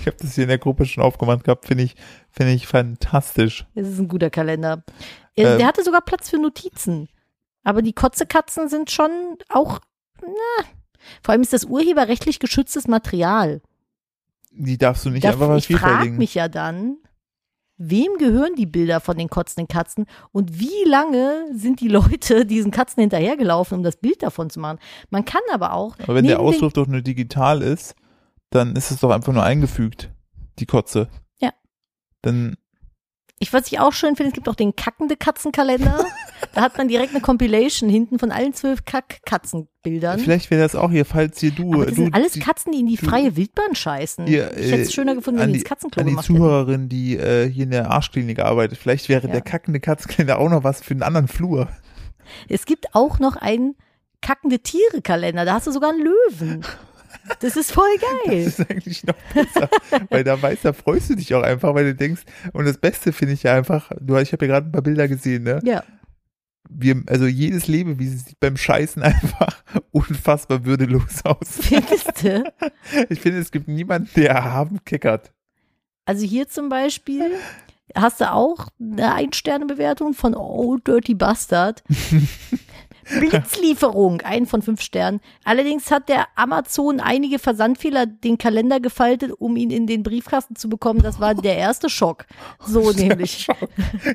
S1: Ich habe das hier in der Gruppe schon aufgemacht gehabt, finde ich, finde ich fantastisch.
S2: Das ist ein guter Kalender. Er,
S1: Ähm.
S2: der hatte sogar Platz für Notizen. Aber die Kotzekatzen sind schon auch, na, vor allem ist das urheberrechtlich geschütztes Material.
S1: Die darfst du nicht
S2: Da-
S1: einfach mal
S2: ich frage
S1: vielfältigen.
S2: mich ja dann, wem gehören die Bilder von den kotzenden Katzen und wie lange sind die Leute diesen Katzen hinterhergelaufen, um das Bild davon zu machen? Man kann aber auch.
S1: Aber wenn der
S2: neben den-
S1: Ausruf doch nur digital ist, dann ist es doch einfach nur eingefügt, die Kotze.
S2: Ja.
S1: Dann,
S2: Ich, was ich auch schön finde, es gibt auch den kackende Katzenkalender. da hat man direkt eine Compilation hinten von allen zwölf Kack-Katzenbildern.
S1: vielleicht wäre das auch hier, falls hier du,
S2: Aber das
S1: du
S2: sind alles
S1: die-
S2: Katzen, die in die
S1: du-
S2: freie Wildbahn scheißen.
S1: Ihr,
S2: ich hätte
S1: äh,
S2: es schöner gefunden, wenn
S1: an
S2: die
S1: die-
S2: ins Katzenklo
S1: an die
S2: gemacht hätten.
S1: Zuhörerin, die äh, hier in der Arschklinik arbeitet, vielleicht wäre
S2: Ja.
S1: der kackende Katzenkalender auch noch was für einen anderen Flur.
S2: Es gibt auch noch einen kackende Tiere-Kalender. Da hast du sogar einen Löwen. Das ist voll geil.
S1: Das ist eigentlich noch besser, weil da weißt, da freust du dich auch einfach, weil du denkst, und das Beste finde ich ja einfach, du, ich habe ja gerade ein paar Bilder gesehen, ne?
S2: Ja,
S1: Wir, also jedes Lebewesen sieht beim Scheißen einfach unfassbar würdelos aus.
S2: findest du?
S1: Ich finde, es gibt niemanden, der erhaben kickert.
S2: Also hier zum Beispiel hast du auch eine Ein-Sterne-Bewertung von Old Dirty Bastard. Blitzlieferung, ein von fünf Sternen. Allerdings hat der Amazon einige Versandfehler den Kalender gefaltet, um ihn in den Briefkasten zu bekommen. Das war der erste Schock. So nämlich.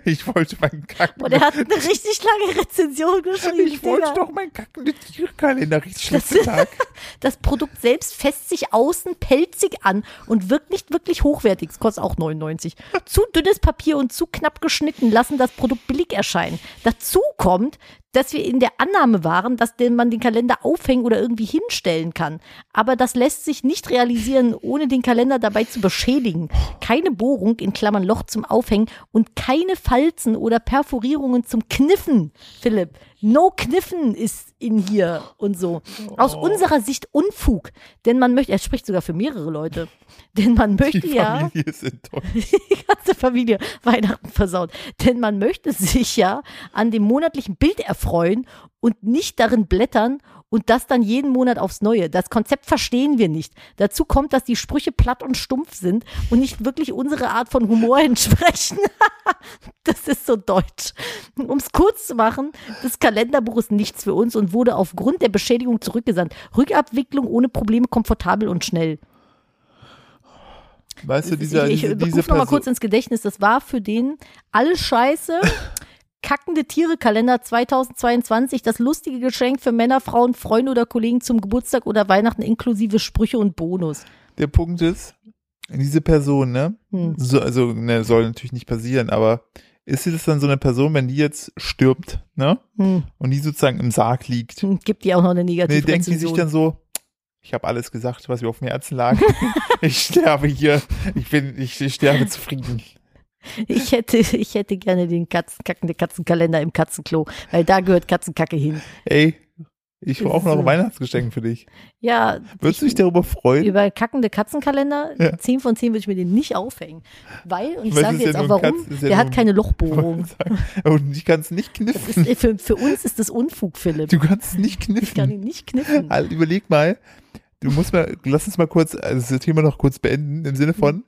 S1: Ich wollte meinen Kacken.
S2: Und er hat eine richtig lange Rezension geschrieben.
S1: ich wollte
S2: Digga.
S1: doch meinen kackenden Tierkalender richtig
S2: Das-
S1: schlechten Tag.
S2: Das Produkt selbst fässt sich außen pelzig an und wirkt nicht wirklich hochwertig. Es kostet auch 99. Zu dünnes Papier und zu knapp geschnitten lassen das Produkt billig erscheinen. Dazu kommt, dass wir in der Annahme waren, dass den- man den Kalender aufhängen oder irgendwie hinstellen kann. Aber das lässt sich nicht realisieren, ohne den Kalender dabei zu beschädigen. Keine Bohrung, in Klammern Loch zum Aufhängen und keine Falzen oder Perforierungen zum Kniffen, Philipp. No Kniffen ist in hier und so. Aus
S1: Oh.
S2: unserer Sicht Unfug, denn man möchte, er spricht sogar für mehrere Leute, denn man
S1: Die
S2: möchte ja
S1: Familie ist enttäuscht.
S2: die ganze Familie Weihnachten versaut, denn man möchte sich ja an dem monatlichen Bild erfreuen und nicht darin blättern und das dann jeden Monat aufs Neue. Das Konzept verstehen wir nicht. Dazu kommt, dass die Sprüche platt und stumpf sind und nicht wirklich unsere Art von Humor entsprechen. Das ist so deutsch. Um es kurz zu machen, das Kalenderbuch ist nichts für uns und wurde aufgrund der Beschädigung zurückgesandt. Rückabwicklung ohne Probleme komfortabel und schnell.
S1: Weißt du, dieser,
S2: ich ich
S1: diese, diese
S2: ruf noch mal
S1: Person-
S2: kurz ins Gedächtnis, das war für den alles Scheiße, kackende Tiere-Kalender 2022, das lustige Geschenk für Männer, Frauen, Freunde oder Kollegen zum Geburtstag oder Weihnachten inklusive Sprüche und Bonus.
S1: der Punkt ist, diese Person, ne?
S2: Hm.
S1: So, also, ne, soll natürlich nicht passieren, aber ist sie das dann so eine Person, wenn die jetzt stirbt, ne?
S2: Hm.
S1: Und die sozusagen im Sarg liegt?
S2: Gibt die auch noch eine
S1: Nee,
S2: negative
S1: denkt die sich dann so, ich habe alles gesagt, was mir auf dem Herzen lag. ich sterbe hier. Ich bin, ich, ich sterbe zufrieden.
S2: Ich hätte, ich hätte gerne den Katzen, kackende Katzenkalender im Katzenklo, weil da gehört Katzenkacke hin.
S1: Ey, ich brauche noch
S2: So.
S1: ein Weihnachtsgeschenk für dich.
S2: Ja,
S1: Würdest du dich darüber freuen?
S2: über kackende Katzenkalender,
S1: Ja.
S2: 10 von 10 würde ich mir den nicht aufhängen. Weil, und ich
S1: Weil
S2: sage
S1: es ist
S2: jetzt
S1: ja
S2: auch
S1: nur ein
S2: warum,
S1: Katz- ist ja nur
S2: der hat
S1: ein-
S2: keine Lochbohrung.
S1: Und ich kann es nicht
S2: Das
S1: kniffen.
S2: ist, äh, für, für uns ist das Unfug, Philipp.
S1: Du kannst es nicht
S2: ich kann
S1: kniffen.
S2: ihn nicht kniffen.
S1: Al- Überleg mal, du musst mal, lass uns mal kurz also das Thema noch kurz beenden, im Sinne
S2: Mhm.
S1: von,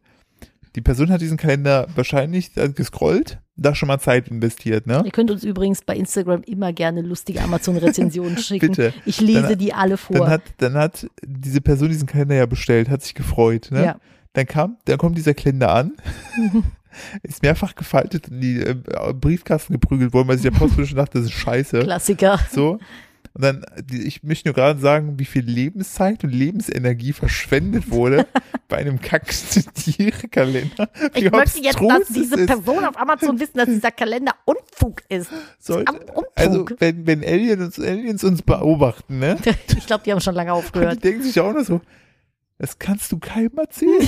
S1: die Person hat diesen Kalender wahrscheinlich äh, gescrollt, da schon mal Zeit investiert, ne?
S2: Ihr könnt uns übrigens bei Instagram immer gerne lustige Amazon-Rezensionen schicken.
S1: Bitte.
S2: Ich lese
S1: Dann-
S2: die alle vor.
S1: Dann hat, dann hat diese Person diesen Kalender ja bestellt, hat sich gefreut, ne?
S2: Ja.
S1: Dann kam, dann kommt dieser Kalender an, ist mehrfach gefaltet in die äh, Briefkasten geprügelt worden, weil sich der Postbote schon dachte, das ist scheiße.
S2: Klassiker.
S1: So. Und dann, die- ich möchte nur gerade sagen, wie viel Lebenszeit und Lebensenergie verschwendet wurde bei einem kackenden Tierkalender. Wie
S2: Ich möchte jetzt,
S1: abstrus
S2: dass
S1: es
S2: diese
S1: ist.
S2: Person auf Amazon wissen, dass dieser Kalender Unfug ist.
S1: Sollte-
S2: am Unfug.
S1: Also, wenn, wenn Alien uns, Aliens uns beobachten, ne?
S2: Ich glaube, die haben schon lange
S1: Und die
S2: aufgehört.
S1: denken sich auch nur so, das kannst du keinem erzählen.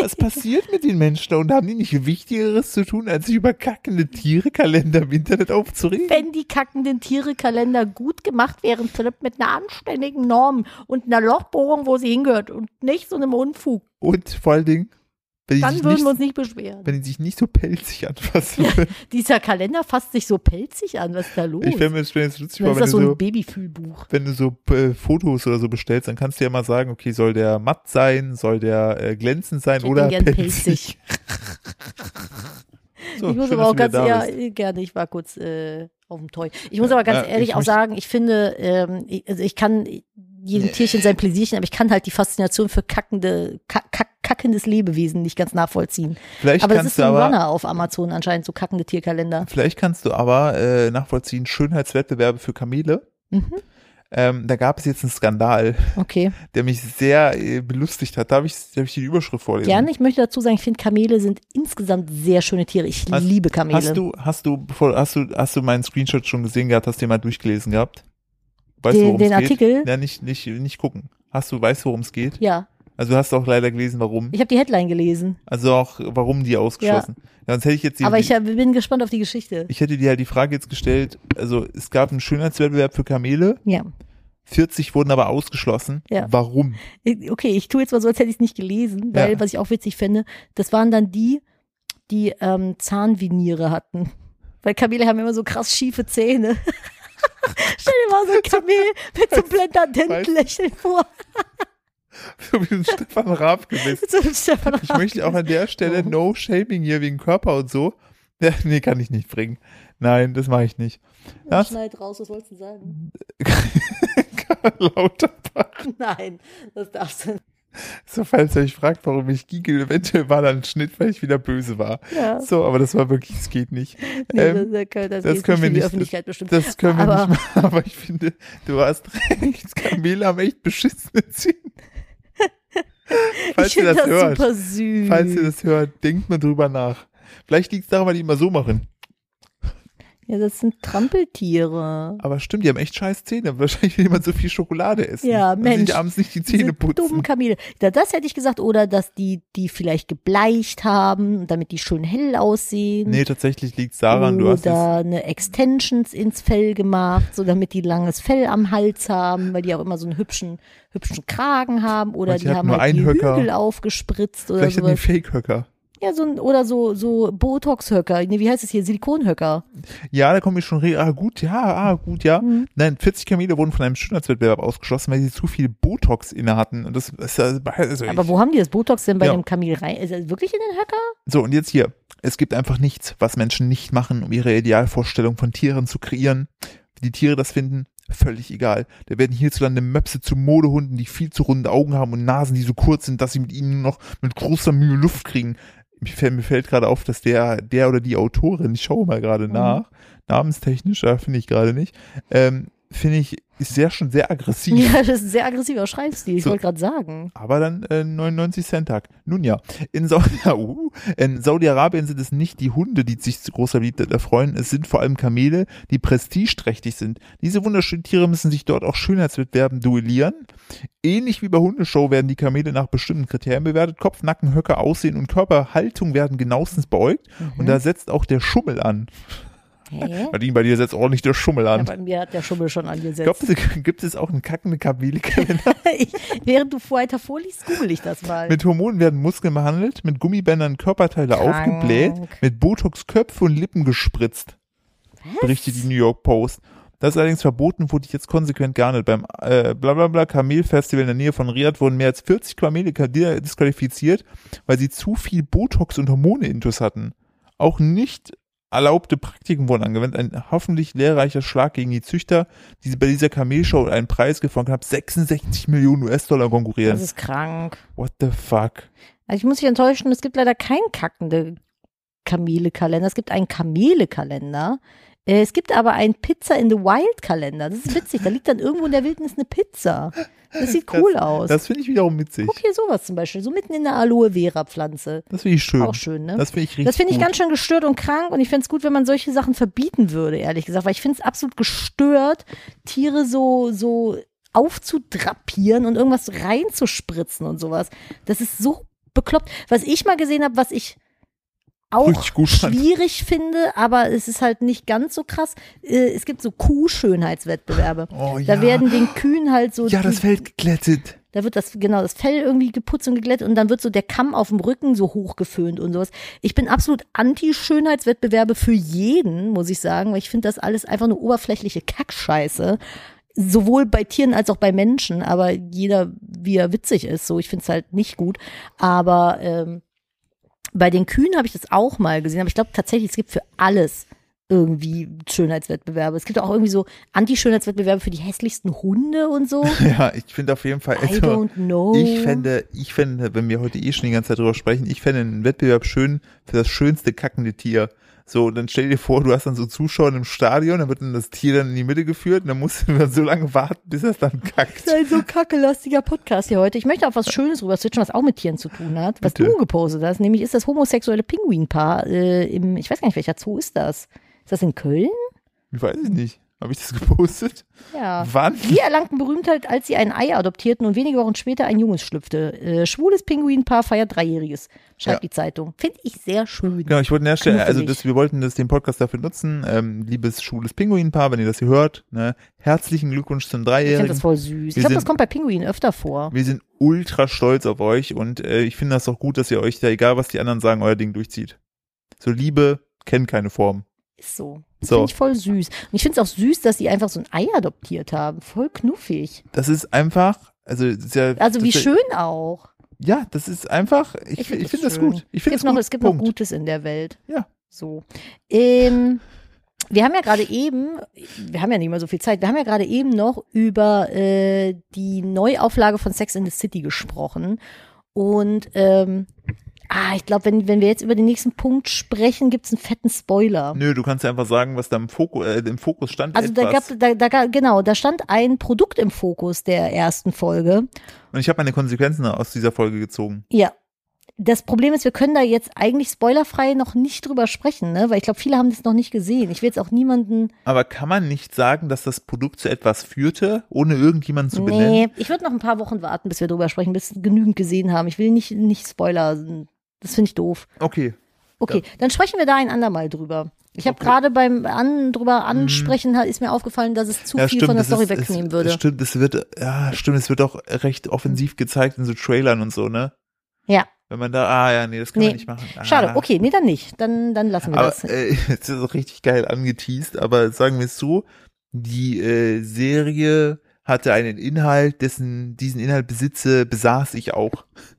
S1: Was passiert mit den Menschen da? Und haben die nicht Wichtigeres zu tun, als sich über kackende Tierekalender im Internet aufzuregen?
S2: Wenn die kackenden Tiere-Kalender gut gemacht wären, Philipp, mit einer anständigen Norm und einer Lochbohrung, wo sie hingehört und nicht so einem Unfug.
S1: Und vor allen Dingen, Wenn die,
S2: Dann
S1: sich
S2: würden
S1: nicht,
S2: wir uns nicht beschweren.
S1: wenn die sich nicht so pelzig anfassen würden.
S2: Dieser Kalender fasst sich so pelzig an. Was ist da los?
S1: Ich fände mir das jetzt witzig,
S2: Dann
S1: vor,
S2: ist
S1: wenn
S2: das
S1: du
S2: so ein
S1: so,
S2: Babyfühlbuch.
S1: wenn du so äh, Fotos oder so bestellst, dann kannst du ja mal sagen, okay, soll der matt sein, soll der äh, glänzend sein
S2: Ich hätte
S1: oder
S2: ihn gern
S1: pelzig. So,
S2: ich muss
S1: schön,
S2: aber auch
S1: dass
S2: ganz
S1: du wieder da bist.
S2: eher, gerne, ich war kurz äh, auf dem Toy. Ich muss aber ganz
S1: Ja,
S2: ehrlich
S1: ich
S2: auch
S1: möcht-
S2: sagen, ich finde, ähm, ich, also ich kann jedem Tierchen sein Pläsierchen, aber ich kann halt die Faszination für kackende, ka- ka- kackendes Lebewesen nicht ganz nachvollziehen.
S1: Vielleicht
S2: aber das
S1: kannst
S2: ist
S1: du
S2: ein
S1: aber
S2: Runner auf Amazon anscheinend, so kackende Tierkalender.
S1: Vielleicht kannst du aber äh, nachvollziehen, Schönheitswettbewerbe für Kamele.
S2: Mhm.
S1: Ähm, da gab es jetzt einen Skandal,
S2: Okay,
S1: der mich sehr äh, belustigt hat. Darf ich, darf ich die Überschrift vorlesen?
S2: gerne. Ich möchte dazu sagen, ich finde Kamele sind insgesamt sehr schöne Tiere. Ich
S1: Hast-
S2: liebe Kamele.
S1: Hast du, hast du, bevor, hast du, hast du meinen Screenshot schon gesehen gehabt? Hast du den mal durchgelesen gehabt? Weißt du,
S2: den,
S1: worum
S2: den
S1: es geht?
S2: Artikel?
S1: Ja, nicht, nicht, nicht gucken. Hast du, weißt du, worum es geht?
S2: Ja,
S1: Also du hast auch leider gelesen, warum.
S2: ich habe die Headline gelesen,
S1: Also auch, warum die ausgeschlossen. Ja. Sonst hätte ich jetzt die,
S2: aber ich hab, bin gespannt auf die Geschichte.
S1: ich hätte dir halt die Frage jetzt gestellt, also es gab einen Schönheitswettbewerb für Kamele,
S2: Ja.
S1: 40 wurden aber ausgeschlossen.
S2: Ja.
S1: Warum?
S2: Äh, Okay, ich tue jetzt mal so, als hätte ich es nicht gelesen, weil,
S1: Ja.
S2: was ich auch witzig finde, das waren dann die, die ähm, Zahnviniere hatten. Weil Kamele haben immer so krass schiefe Zähne. Stell dir mal so ein Kamel mit so einem Blendadentenlächeln vor.
S1: So wie ein Stefan Raab gewesen.
S2: Mit so einem Stefan
S1: Ich möchte auch an der
S2: Oh.
S1: Stelle No Shaming hier wegen Körper und so. Ja, Nee, kann ich nicht bringen. Nein, das mache ich nicht.
S2: Ja,
S1: Das
S2: Schneid raus, was wolltest du sagen?
S1: Lauterbach.
S2: Nein, das darfst du nicht.
S1: So, falls ihr euch fragt, warum ich Giegel eventuell war, dann Schnitt, weil ich wieder böse war.
S2: Ja,
S1: So, aber das war wirklich, es geht nicht.
S2: nee,
S1: ähm,
S2: das, das, können- das,
S1: das
S2: ist
S1: können wir
S2: nicht für die
S1: nicht.
S2: Öffentlichkeit bestimmt.
S1: Das können wir
S2: Aber-
S1: nicht machen, aber ich finde, du hast recht. Kamele haben echt beschissene Zähne. Falls
S2: ich
S1: ihr
S2: finde
S1: das,
S2: das,
S1: hört,
S2: super süß.
S1: falls ihr das hört, denkt mal drüber nach. Vielleicht liegt es daran, weil die immer so machen.
S2: ja, das sind Trampeltiere.
S1: Aber stimmt, die haben echt scheiß Zähne. Wahrscheinlich will jemand so viel Schokolade essen.
S2: Ja,
S1: Dass
S2: Mensch.
S1: Ich abends nicht die
S2: Diese
S1: Zähne putzen.
S2: Dummen Kamele. Da, das hätte ich gesagt. Oder dass die, die vielleicht gebleicht haben, damit die schön hell aussehen.
S1: Nee, tatsächlich liegt es daran, du hast es,
S2: Oder eine Extensions ins Fell gemacht, so damit die langes Fell am Hals haben, weil die auch immer so einen hübschen, hübschen Kragen haben. Oder
S1: Manche
S2: die
S1: hatten
S2: haben
S1: nur
S2: halt die
S1: einen Höcker.
S2: Hügel aufgespritzt oder
S1: vielleicht sind die
S2: sowas.
S1: Fake-Höcker.
S2: Ja, so ein, oder so, so Botox-Höcker. Nee, wie heißt es hier? Silikonhöcker.
S1: Ja, da komme ich schon, re- ah gut, ja, ah gut, ja.
S2: Mhm.
S1: Nein, 40 Kamele wurden von einem Schönheitswettbewerb ausgeschlossen, weil sie zu viel Botox inne hatten. Und das ist also, also
S2: Aber wo haben die das Botox denn bei
S1: Ja.
S2: dem Kamel rein? Ist das wirklich in den Höcker?
S1: So, und jetzt hier. Es gibt einfach nichts, was Menschen nicht machen, um ihre Idealvorstellung von Tieren zu kreieren. Wie die Tiere das finden, völlig egal. Da werden hierzulande Möpse zu Modehunden, die viel zu runde Augen haben und Nasen, die so kurz sind, dass sie mit ihnen nur noch mit großer Mühe Luft kriegen. Mir fällt, mir fällt gerade auf, dass der, der oder die Autorin, ich schaue mal gerade nach, namenstechnisch, da finde ich gerade nicht, ähm, finde ich, ist sehr schon sehr aggressiv.
S2: Ja, das ist ein sehr aggressiver Schreibstil. Ich
S1: So.
S2: wollte gerade sagen.
S1: Aber dann äh, 99 Cent Tag. Nun ja, in, Sau ja, uh, in Saudi-Arabien sind es nicht die Hunde, die sich zu großer Beliebtheit erfreuen. Es sind vor allem Kamele, die prestigeträchtig sind. Diese wunderschönen Tiere müssen sich dort auch Schönheitswettbewerben duellieren. Ähnlich wie bei Hundeshow werden die Kamele nach bestimmten Kriterien bewertet. Kopf, Nacken, Höcker, Aussehen und Körperhaltung werden genauestens beäugt. Und da setzt auch der Schummel an.
S2: Hä?
S1: Martin, bei dir setzt ordentlich der Schummel
S2: Ja,
S1: an.
S2: bei mir hat der Schummel schon angesetzt.
S1: Glaubst du, gibt es auch einen kackenden Kamele-Kalender?
S2: Ich, während du weiter vorliest, google ich das mal.
S1: Mit Hormonen werden Muskeln behandelt, mit Gummibändern Körperteile
S2: Krank.
S1: aufgebläht, mit Botox Köpfe und Lippen gespritzt, berichtet die New York Post. Das ist allerdings verboten, wurde ich jetzt konsequent geahndet. Beim äh, blablabla Kamelfestival in der Nähe von Riyadh wurden mehr als 40 Kamele ka- disqualifiziert, weil sie zu viel Botox und Hormone intus hatten. Auch nicht erlaubte Praktiken wurden angewendet. Ein hoffentlich lehrreicher Schlag gegen die Züchter, die bei dieser Kamelshow einen Preis von knapp 66 Millionen US-Dollar konkurrieren.
S2: das ist krank.
S1: What the fuck?
S2: Also ich muss dich enttäuschen, es gibt leider keinen kackende Kamele-Kalender. Es gibt einen Kamele-Kalender. Äh, Es gibt aber einen Pizza in the Wild-Kalender. Das ist witzig. Da liegt dann irgendwo in der Wildnis eine Pizza. Das sieht cool aus.
S1: Das finde ich wiederum witzig.
S2: Guck hier sowas zum Beispiel. So mitten in der Aloe Vera-Pflanze.
S1: Das finde ich schön.
S2: Auch schön, ne?
S1: Das finde ich richtig
S2: Das finde ich
S1: gut.
S2: ganz schön gestört und krank und ich finde es gut, wenn man solche Sachen verbieten würde, ehrlich gesagt, weil ich finde es absolut gestört, Tiere so, so aufzudrapieren und irgendwas reinzuspritzen und sowas. Das ist so bekloppt. Was ich mal gesehen habe, was ich auch
S1: Richtig gut fand.
S2: schwierig finde, aber es ist halt nicht ganz so krass. äh, Es gibt so Kuhschönheitswettbewerbe.
S1: Oh,
S2: Da
S1: ja.
S2: werden den Kühen halt so
S1: Ja,
S2: die
S1: das Feld geklettet.
S2: Da wird das, genau, das Fell irgendwie geputzt und geglättet und dann wird so der Kamm auf dem Rücken so hochgeföhnt und sowas. Ich bin absolut anti-Schönheitswettbewerbe für jeden, muss ich sagen, weil ich finde das alles einfach eine oberflächliche Kackscheiße. Sowohl bei Tieren als auch bei Menschen, aber jeder, wie er witzig ist, so, ich finde es halt nicht gut. Aber ähm, bei den Kühen habe ich das auch mal gesehen, aber ich glaube tatsächlich, es gibt für alles irgendwie Schönheitswettbewerbe. Es gibt auch irgendwie so Anti-Schönheitswettbewerbe für die hässlichsten Hunde und so.
S1: Ja, ich finde auf jeden Fall, also,
S2: I don't know.
S1: ich fände, ich fände, wenn wir heute eh schon die ganze Zeit drüber sprechen, ich fände einen Wettbewerb schön für das schönste kackende Tier. So, dann stell dir vor, du hast dann so Zuschauer im Stadion, dann wird dann das Tier dann in die Mitte geführt und dann musst du dann so lange warten, bis es dann kackt.
S2: Das ist ein so kackelastiger Podcast hier heute. Ich möchte auf was Schönes rüber switchen, was auch mit Tieren zu tun hat, was
S1: Bitte.
S2: du gepostet hast. Nämlich ist das homosexuelle Pinguinpaar äh, im, ich weiß gar nicht, welcher Zoo ist das? Ist das in Köln?
S1: Ich weiß es nicht. Habe ich das gepostet?
S2: Ja.
S1: Wann?
S2: Sie erlangten Berühmtheit, als sie ein Ei adoptierten und wenige Wochen später ein Junges schlüpfte. Äh, schwules Pinguinpaar feiert Dreijähriges, schreibt
S1: Ja.
S2: die Zeitung. Finde ich sehr schön.
S1: Genau, ich wollte herstellen, also
S2: Knuffelig.
S1: das, wir wollten das, den Podcast dafür nutzen. Ähm, liebes schules Pinguinpaar, wenn ihr das hier hört, ne, herzlichen Glückwunsch zum
S2: Ich finde das
S1: Dreijährigen.
S2: voll süß. Ich
S1: Wir
S2: glaube,
S1: sind-
S2: das kommt bei Pinguinen öfter vor.
S1: Wir sind ultra stolz auf euch und äh, ich finde das auch gut, dass ihr euch da, egal was die anderen sagen, euer Ding durchzieht. So Liebe kennt keine Form.
S2: Ist so.
S1: So.
S2: Finde ich voll süß. Und ich finde es auch süß, dass sie einfach so ein Ei adoptiert haben. Voll knuffig.
S1: Das ist einfach, also das ist ja,
S2: Also
S1: das
S2: wie
S1: ist ja-
S2: schön auch.
S1: Ja, das ist einfach. Ich, ich finde find das
S2: schön.
S1: gut. Ich finde
S2: es
S1: das
S2: gibt
S1: gut.
S2: noch, es gibt
S1: Punkt.
S2: noch Gutes in der Welt.
S1: Ja.
S2: So. Ähm, wir haben ja gerade eben, wir haben ja nicht mehr so viel Zeit, wir haben ja gerade eben noch über äh, die Neuauflage von Sex in the City gesprochen. Und ähm, ah, ich glaube, wenn, wenn wir jetzt über den nächsten Punkt sprechen, gibt's einen fetten Spoiler.
S1: Nö, du kannst ja einfach sagen, was da im Fokus, äh, im Fokus stand.
S2: Also da
S1: etwas.
S2: gab da, da ga- genau, da stand ein Produkt im Fokus der ersten Folge.
S1: Und ich habe meine Konsequenzen aus dieser Folge gezogen.
S2: Ja. Das Problem ist, wir können da jetzt eigentlich spoilerfrei noch nicht drüber sprechen, ne? Weil ich glaube, viele haben das noch nicht gesehen. Ich will jetzt auch niemanden.
S1: Aber kann man nicht sagen, dass das Produkt zu etwas führte, ohne irgendjemanden zu benennen?
S2: Nee, ich würde noch ein paar Wochen warten, bis wir drüber sprechen, bis genügend gesehen haben. Ich will nicht, nicht Spoiler. Das finde ich doof.
S1: Okay.
S2: Okay, dann sprechen wir da ein andermal drüber. Ich habe gerade beim an, drüber ansprechen, ha- ist mir aufgefallen, dass es zu viel von der
S1: Mhm. das
S2: Story
S1: ist-
S2: wegnehmen
S1: es,
S2: würde.
S1: Es stimmt, es wird, ja, stimmt, es wird auch recht offensiv gezeigt in so Trailern und so, ne?
S2: Ja,
S1: Wenn man da, ah ja, nee, das kann
S2: Nee.
S1: man nicht machen. Ah.
S2: schade. Okay, nee, dann nicht. Dann, dann lassen wir
S1: Aber
S2: das.
S1: äh, es ist auch richtig geil angeteased, aber sagen wir es so, die äh, Serie hatte einen Inhalt, dessen diesen Inhalt besitze, besaß ich auch.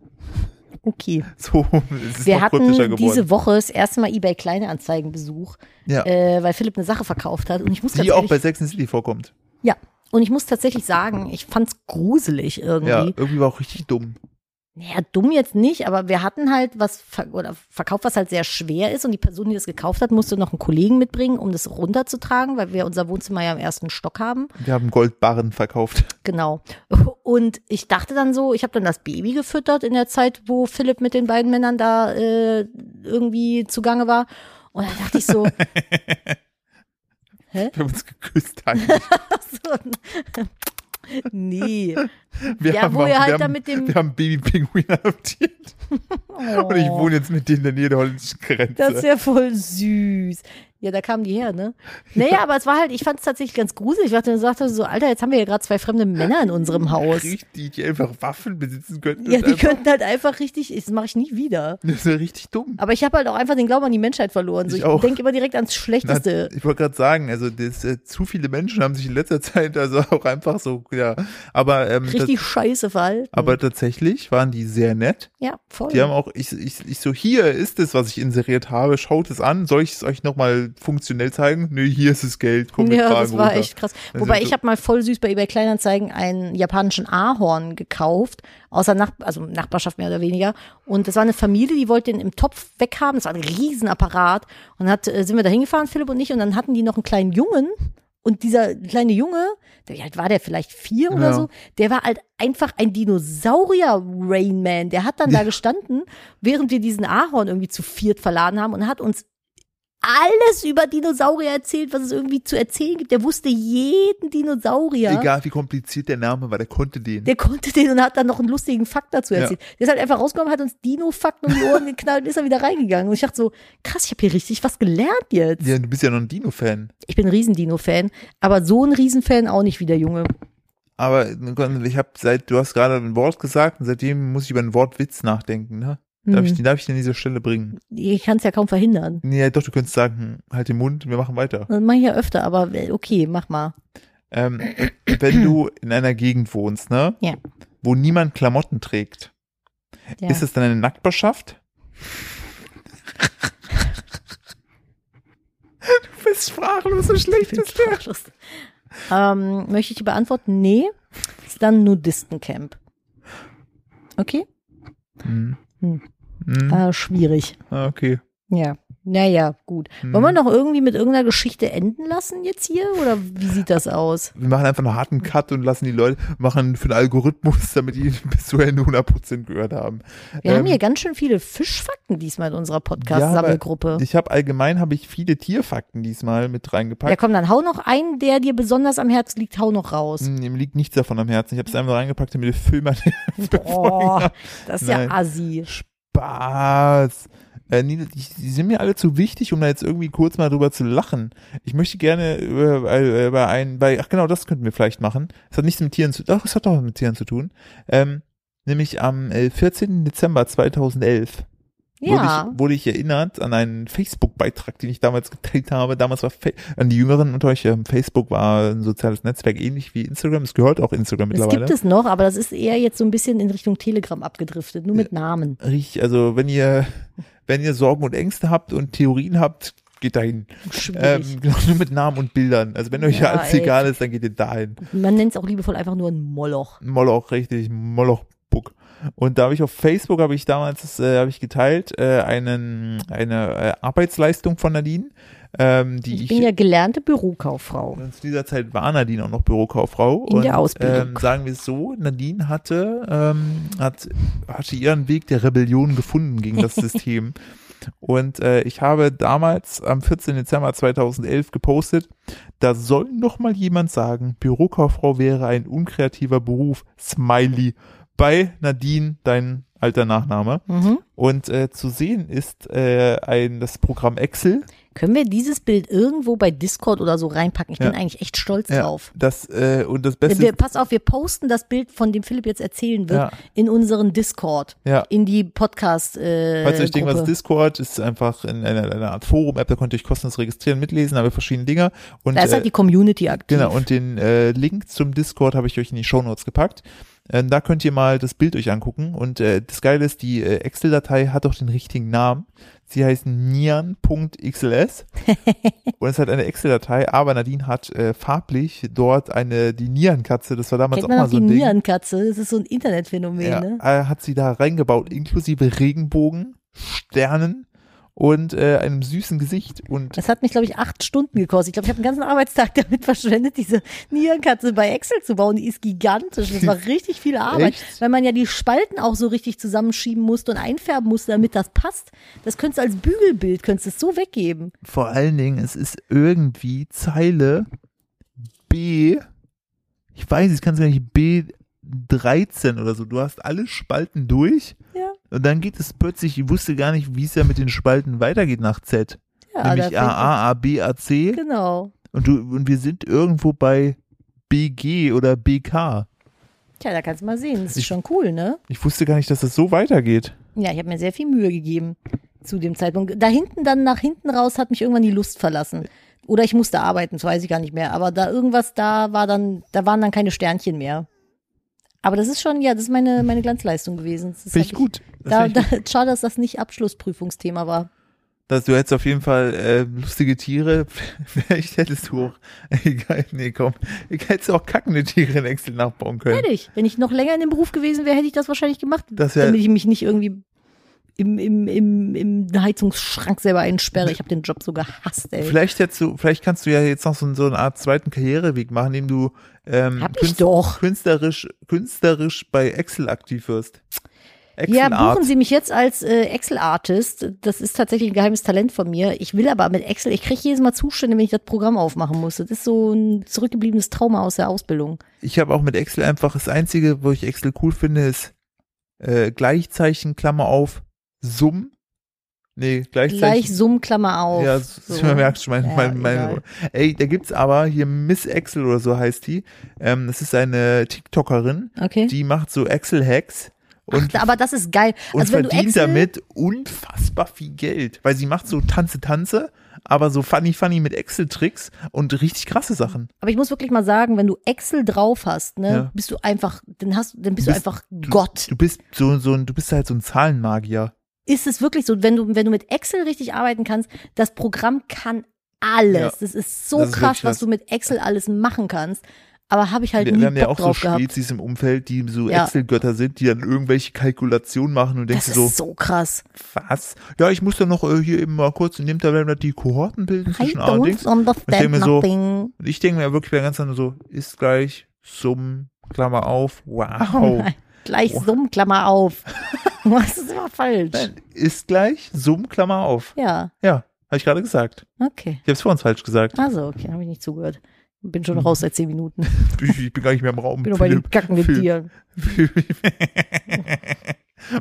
S2: Okay.
S1: So, es ist
S2: Wir
S1: noch kryptischer
S2: hatten
S1: geworden.
S2: diese Woche das erste Mal eBay Kleinanzeigenbesuch.
S1: ja,
S2: äh, weil Philipp eine Sache verkauft hat. Und ich muss
S1: die auch bei
S2: tatsächlich-
S1: Sex and the City vorkommt.
S2: ja. Und ich muss tatsächlich sagen, ich fand's gruselig
S1: Ja,
S2: irgendwie.
S1: irgendwie war auch richtig dumm.
S2: Naja, dumm jetzt nicht, aber wir hatten halt was ver oder verkauft, was halt sehr schwer ist. Und die Person, die das gekauft hat, musste noch einen Kollegen mitbringen, um das runterzutragen, weil wir unser Wohnzimmer ja im ersten Stock haben.
S1: Wir haben Goldbarren verkauft.
S2: Genau. Und ich dachte dann so, ich habe dann das Baby gefüttert in der Zeit, wo Philipp mit den beiden Männern da äh, irgendwie zugange war. Und dann dachte ich so,
S1: Wir haben uns geküsst eigentlich.
S2: so nee.
S1: Wir
S2: Ja,
S1: haben
S2: wo ihr
S1: wir
S2: halt
S1: haben,
S2: da mit dem-
S1: Wir haben Baby-Pinguin adoptiert. Und ich
S2: Oh.
S1: wohne jetzt mit denen in der Nähe der holländischen Grenze.
S2: Das ist ja voll süß. Ja, da kamen die her, ne? Naja, aber es war halt, ich fand es tatsächlich ganz gruselig. Ich dachte, sagte so, Alter, jetzt haben wir ja gerade zwei fremde Männer in unserem Haus.
S1: richtig, die einfach Waffen besitzen könnten.
S2: Ja,
S1: und
S2: die
S1: einfach-
S2: könnten halt einfach richtig, das mache ich nie wieder.
S1: das ist ja richtig dumm.
S2: Aber ich habe halt auch einfach den Glauben an die Menschheit verloren. So,
S1: Ich
S2: ich
S1: auch.
S2: denke immer direkt ans
S1: Na,
S2: Schlechteste.
S1: ich wollte gerade sagen, also das, äh, zu viele Menschen haben sich in letzter Zeit also auch einfach so, ja. Aber, ähm,
S2: richtig scheiße verhalten.
S1: das, aber tatsächlich waren die sehr nett.
S2: ja, voll.
S1: Die haben auch, ich, ich, ich so, hier ist es, was ich inseriert habe, schaut es an, soll ich es euch nochmal funktionell zeigen? Nö, hier ist das Geld, komm mit
S2: ja,
S1: Fragen
S2: das war
S1: runter.
S2: echt krass.
S1: Also
S2: Wobei
S1: so-
S2: ich habe mal voll süß bei eBay Kleinanzeigen einen japanischen Ahorn gekauft, außer Nach also Nachbarschaft mehr oder weniger. Und das war eine Familie, die wollte den im Topf weghaben. Das war ein Riesenapparat. Und hat, äh, sind wir da hingefahren, Philipp und ich, und dann hatten die noch einen kleinen Jungen. Und dieser kleine Junge, der wie alt war der vielleicht vier oder
S1: Ja.
S2: so, der war halt einfach ein Dinosaurier Rainman. Der hat dann da gestanden, während wir diesen Ahorn irgendwie zu viert verladen haben und hat uns alles über Dinosaurier erzählt, was es irgendwie zu erzählen gibt. Der wusste jeden Dinosaurier.
S1: Egal wie kompliziert der Name war, der konnte den.
S2: Der konnte den und hat dann noch einen lustigen Fakt dazu
S1: Ja.
S2: erzählt. Der ist halt einfach rausgekommen, hat uns Dino-Fakten um die Ohren geknallt und ist dann wieder reingegangen. Und ich dachte so, krass, ich habe hier richtig was gelernt jetzt.
S1: ja, du bist ja noch ein Dino-Fan.
S2: Ich bin ein Riesen-Dino-Fan, aber so ein Riesen-Fan auch nicht wie der Junge.
S1: Aber ich habe seit, du hast gerade ein Wort gesagt und seitdem muss ich über ein Wortwitz nachdenken, ne? Darf, ich,
S2: Hm.
S1: den- darf ich den an dieser Stelle bringen?
S2: Ich kann es ja kaum verhindern.
S1: Nee, doch, du könntest sagen, hm, halt den Mund, wir machen weiter.
S2: Das mache ich ja öfter, aber äh, okay, mach mal.
S1: Ähm, wenn du in einer Gegend wohnst, ne?
S2: Ja.
S1: Wo niemand Klamotten trägt,
S2: Ja.
S1: ist es dann eine Nacktbarschaft? du bist sprachlos, so
S2: Ich
S1: schlecht
S2: bin
S1: ist der.
S2: sprachlos. ähm, möchte ich die beantworten? Nee. Ist dann Nudistencamp. Okay?
S1: Hm.
S2: Hm.
S1: Hm.
S2: Äh, schwierig.
S1: Ah, okay.
S2: Ja. Naja, gut.
S1: Hm.
S2: Wollen wir noch irgendwie mit irgendeiner Geschichte enden lassen jetzt hier? Oder wie sieht das aus?
S1: Wir machen einfach einen harten Cut und lassen die Leute machen für den Algorithmus, damit die bis zu Ende 100% gehört haben.
S2: Wir haben
S1: Ähm,
S2: hier ganz schön viele Fischfakten diesmal in unserer Podcast-Sammelgruppe.
S1: Ich habe allgemein habe ich viele Tierfakten diesmal mit
S2: Ja,
S1: reingepackt.
S2: komm, dann hau noch einen, der dir besonders am Herzen liegt, hau noch raus.
S1: Hm, Ihm liegt nichts davon am Herzen. Ich habe es einfach reingepackt, damit der Film an
S2: Oh, das ist ja
S1: Nein.
S2: assi.
S1: Spaß. Äh, nee, die, die sind mir alle zu wichtig, um da jetzt irgendwie kurz mal drüber zu lachen. Ich möchte gerne äh, äh, bei einen, bei, ach genau, das könnten wir vielleicht machen. Es hat nichts mit Tieren zu doch, es hat doch mit Tieren zu tun. Ähm, nämlich am äh, 14. Dezember 2011
S2: Ja,
S1: wurde, ich, wurde ich erinnert an einen Facebook-Beitrag, den ich damals geteilt habe. Damals war Fa an die Jüngeren unter euch, ähm, Facebook war ein soziales Netzwerk ähnlich wie Instagram. Es gehört auch Instagram
S2: es
S1: mittlerweile.
S2: gibt es noch, aber das ist eher jetzt so ein bisschen in Richtung Telegram abgedriftet, nur mit Namen.
S1: Richtig, also wenn ihr, wenn ihr Sorgen und Ängste habt und Theorien habt, geht dahin.
S2: Schwierig.
S1: Ähm, genau, nur mit Namen und Bildern. Also wenn euch
S2: Ja,
S1: alles
S2: ey.
S1: egal ist, dann geht ihr dahin.
S2: Man nennt es auch liebevoll einfach nur ein Moloch.
S1: Moloch, richtig, Moloch-Book. Und da habe ich auf Facebook, habe ich damals, das, äh, habe ich geteilt, äh, einen, eine äh, Arbeitsleistung von Nadine, ähm, die
S2: Ich
S1: ich,
S2: bin ja gelernte Bürokauffrau.
S1: und zu dieser Zeit war Nadine auch noch Bürokauffrau.
S2: In
S1: und,
S2: der Ausbildung.
S1: Ähm, sagen wir es so, Nadine hatte, ähm, hat, hatte ihren Weg der Rebellion gefunden gegen das System. Und äh, ich habe damals am 14. Dezember 2011 gepostet, da soll noch mal jemand sagen, Bürokauffrau wäre ein unkreativer Beruf, Smiley, bei Nadine, dein alter Nachname.
S2: Mhm.
S1: Und äh, zu sehen ist äh, ein, das Programm Excel,
S2: Können wir dieses Bild irgendwo bei Discord oder so reinpacken? Ich bin
S1: Ja.
S2: eigentlich echt stolz
S1: Ja.
S2: drauf.
S1: das äh, und das Beste
S2: Wir, pass auf, wir posten das Bild, von dem Philipp jetzt erzählen wird,
S1: Ja.
S2: in unseren Discord,
S1: Ja.
S2: in die Podcast. Äh,
S1: Falls ihr euch denkt, was
S2: Gruppe.
S1: ist Discord ist, einfach in einer, einer Art Forum-App, da könnt ihr euch kostenlos registrieren, mitlesen, da haben wir verschiedene Dinge. Und,
S2: Da ist halt die Community aktiv.
S1: äh, genau, und den äh, Link zum Discord habe ich euch in die Shownotes gepackt. Ähm, da könnt ihr mal das Bild euch angucken. Und äh, das Geile ist, die äh, Excel-Datei hat auch den richtigen Namen. Sie heißt nian.xls und es hat eine Excel-Datei, aber Nadine hat äh, farblich dort eine, die Nierenkatze, das war damals
S2: Kennt
S1: auch
S2: man
S1: mal
S2: noch
S1: so
S2: die
S1: ein Ding.
S2: Nierenkatze? Das ist so ein Internetphänomen,
S1: Ja,
S2: ne?
S1: äh, hat sie da reingebaut, inklusive Regenbogen, Sternen und äh, einem süßen Gesicht. Und
S2: Das hat mich, glaube ich, acht Stunden gekostet. Ich glaube, ich habe den ganzen Arbeitstag damit verschwendet, diese Nierenkatze bei Excel zu bauen. Die ist gigantisch. Das war richtig viel Arbeit,
S1: Echt?
S2: weil man ja die Spalten auch so richtig zusammenschieben musste und einfärben musste, damit das passt. Das könntest du als Bügelbild, könntest du es so weggeben.
S1: vor allen Dingen, es ist irgendwie Zeile B, ich weiß, ich kann es gar nicht, B13 oder so. Du hast alle Spalten durch
S2: Ja.
S1: und dann geht es plötzlich, ich wusste gar nicht, wie es ja mit den Spalten weitergeht nach Z.
S2: Ja, Ah, da
S1: Nämlich ah,
S2: fängt-
S1: AA, AB, AC
S2: Genau.
S1: und, du, und wir sind irgendwo bei BG oder BK.
S2: Tja, da kannst du mal sehen. Das ist
S1: Ich-
S2: schon cool, ne?
S1: Ich wusste gar nicht, dass das so weitergeht.
S2: Ja, ich habe mir sehr viel Mühe gegeben zu dem Zeitpunkt. Da hinten dann nach hinten raus hat mich irgendwann die Lust verlassen. Oder ich musste arbeiten, das weiß ich gar nicht mehr. Aber da irgendwas, da war dann, da waren dann keine Sternchen mehr. Aber das ist schon, ja, das ist meine, meine Glanzleistung gewesen. Das
S1: Finde
S2: hab
S1: ich gut. Das
S2: Da,
S1: find ich
S2: da, schade, dass das nicht Abschlussprüfungsthema war.
S1: dass du hättest auf jeden Fall äh, lustige Tiere. Vielleicht hättest du auch, egal, nee, komm, hättest du auch kackende Tiere in Excel nachbauen können.
S2: Hätte ich. Wenn ich noch länger in dem Beruf gewesen wäre, hätte ich das wahrscheinlich gemacht,
S1: Das wär-
S2: damit ich mich nicht irgendwie im, im, im, im Heizungsschrank selber einsperre. Ich habe den Job so gehasst, ey.
S1: Vielleicht hättest du, vielleicht kannst du ja jetzt noch so, ein- so eine Art zweiten Karriereweg machen, indem du ähm,
S2: Hab ich doch.
S1: künstlerisch, künstlerisch bei Excel aktiv wirst. Excel
S2: Ja,
S1: Art.
S2: buchen Sie mich jetzt als äh, Excel-Artist. Das ist tatsächlich ein geheimes Talent von mir. Ich will aber mit Excel, ich kriege jedes Mal Zustände, wenn ich das Programm aufmachen muss. Das ist so ein zurückgebliebenes Trauma aus der Ausbildung.
S1: Ich habe auch mit Excel einfach das Einzige, wo ich Excel cool finde, ist äh, Gleichzeichen, Klammer auf, Summ, Nee, gleichzeitig.
S2: Gleich Summ, Klammer auf.
S1: ja, so. man merkt schon, mein,
S2: Ja,
S1: mein, mein,
S2: egal.
S1: ey, da gibt's aber hier Miss Excel oder so heißt die. Ähm, das ist eine TikTokerin,
S2: Okay.
S1: die macht so Excel-Hacks und,
S2: Ach, aber das ist geil.
S1: und
S2: also wenn du
S1: verdient
S2: Excel,
S1: damit unfassbar viel Geld, weil sie macht so Tanze, Tanze, aber so funny, funny mit Excel-Tricks und richtig krasse Sachen.
S2: aber ich muss wirklich mal sagen, wenn du Excel drauf hast, ne,
S1: Ja.
S2: bist du einfach, dann hast, dann bist du,
S1: Bist-
S2: einfach Gott.
S1: Du bist so, so ein, du bist halt so ein Zahlenmagier.
S2: ist es wirklich so, wenn du, wenn du mit Excel richtig arbeiten kannst, das Programm kann alles.
S1: Ja.
S2: das ist so
S1: Das ist
S2: krass,
S1: wirklich
S2: was
S1: krass.
S2: du mit Excel alles machen kannst. Aber habe ich halt
S1: Wir,
S2: nie
S1: wir
S2: Bock
S1: haben ja auch so
S2: drauf gehabt.
S1: Spezies im Umfeld, die so
S2: Ja.
S1: Excel-Götter sind, die dann irgendwelche Kalkulationen machen und denkst
S2: Das
S1: du
S2: ist
S1: so,
S2: so, krass.
S1: was? Ja, ich muss dann noch äh, hier eben mal kurz in dem Tabellenblatt die Kohorten bilden
S2: I
S1: zwischen A und Dings.
S2: don't
S1: Ich denk
S2: understand
S1: mir so,
S2: nothing.
S1: Und ich denke mir wirklich bei ganz anderen so, ist gleich Summen, Klammer auf,
S2: Oh
S1: wow.
S2: Nein, Gleich
S1: Oh.
S2: Summ, Klammer auf. das ist immer falsch.
S1: Nein, ist gleich Summen, Klammer auf.
S2: Ja,
S1: Ja, habe ich gerade gesagt.
S2: okay.
S1: Ich habe es vor uns falsch gesagt.
S2: Also, okay, habe ich nicht zugehört. Bin schon raus seit zehn Minuten.
S1: Ich, ich bin gar nicht mehr im Raum.
S2: Bin nur bei den Gacken mit
S1: Hm. Philipp.
S2: dir.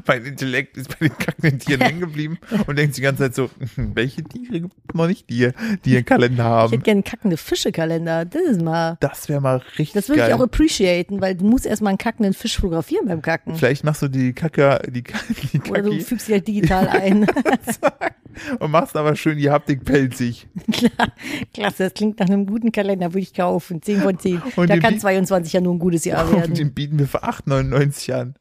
S1: mein Intellekt ist bei den kackenden Tieren hängen geblieben und denkt die ganze Zeit so, welche Tiere gibt es noch nicht dir, die einen Kalender
S2: Ich hätte
S1: haben?
S2: gerne kackende Fische-Kalender. Das ist mal.
S1: Das wäre mal richtig
S2: Das würde
S1: geil.
S2: ich auch appreciaten, weil du musst erstmal einen kackenden Fisch fotografieren beim Kacken.
S1: Vielleicht machst du die Kacke, die, Ka- die
S2: Hm. Oder du
S1: Kacki
S2: fügst dich halt digital ein.
S1: und machst aber schön die Haptik pelzig.
S2: Klar, klasse, das klingt nach einem guten Kalender, würde ich kaufen. 10 von 10.
S1: Und
S2: da
S1: die
S2: kann
S1: Bi-
S2: 22 Oh ja nur ein gutes Jahr
S1: Und
S2: werden.
S1: den bieten wir für 8,99 an.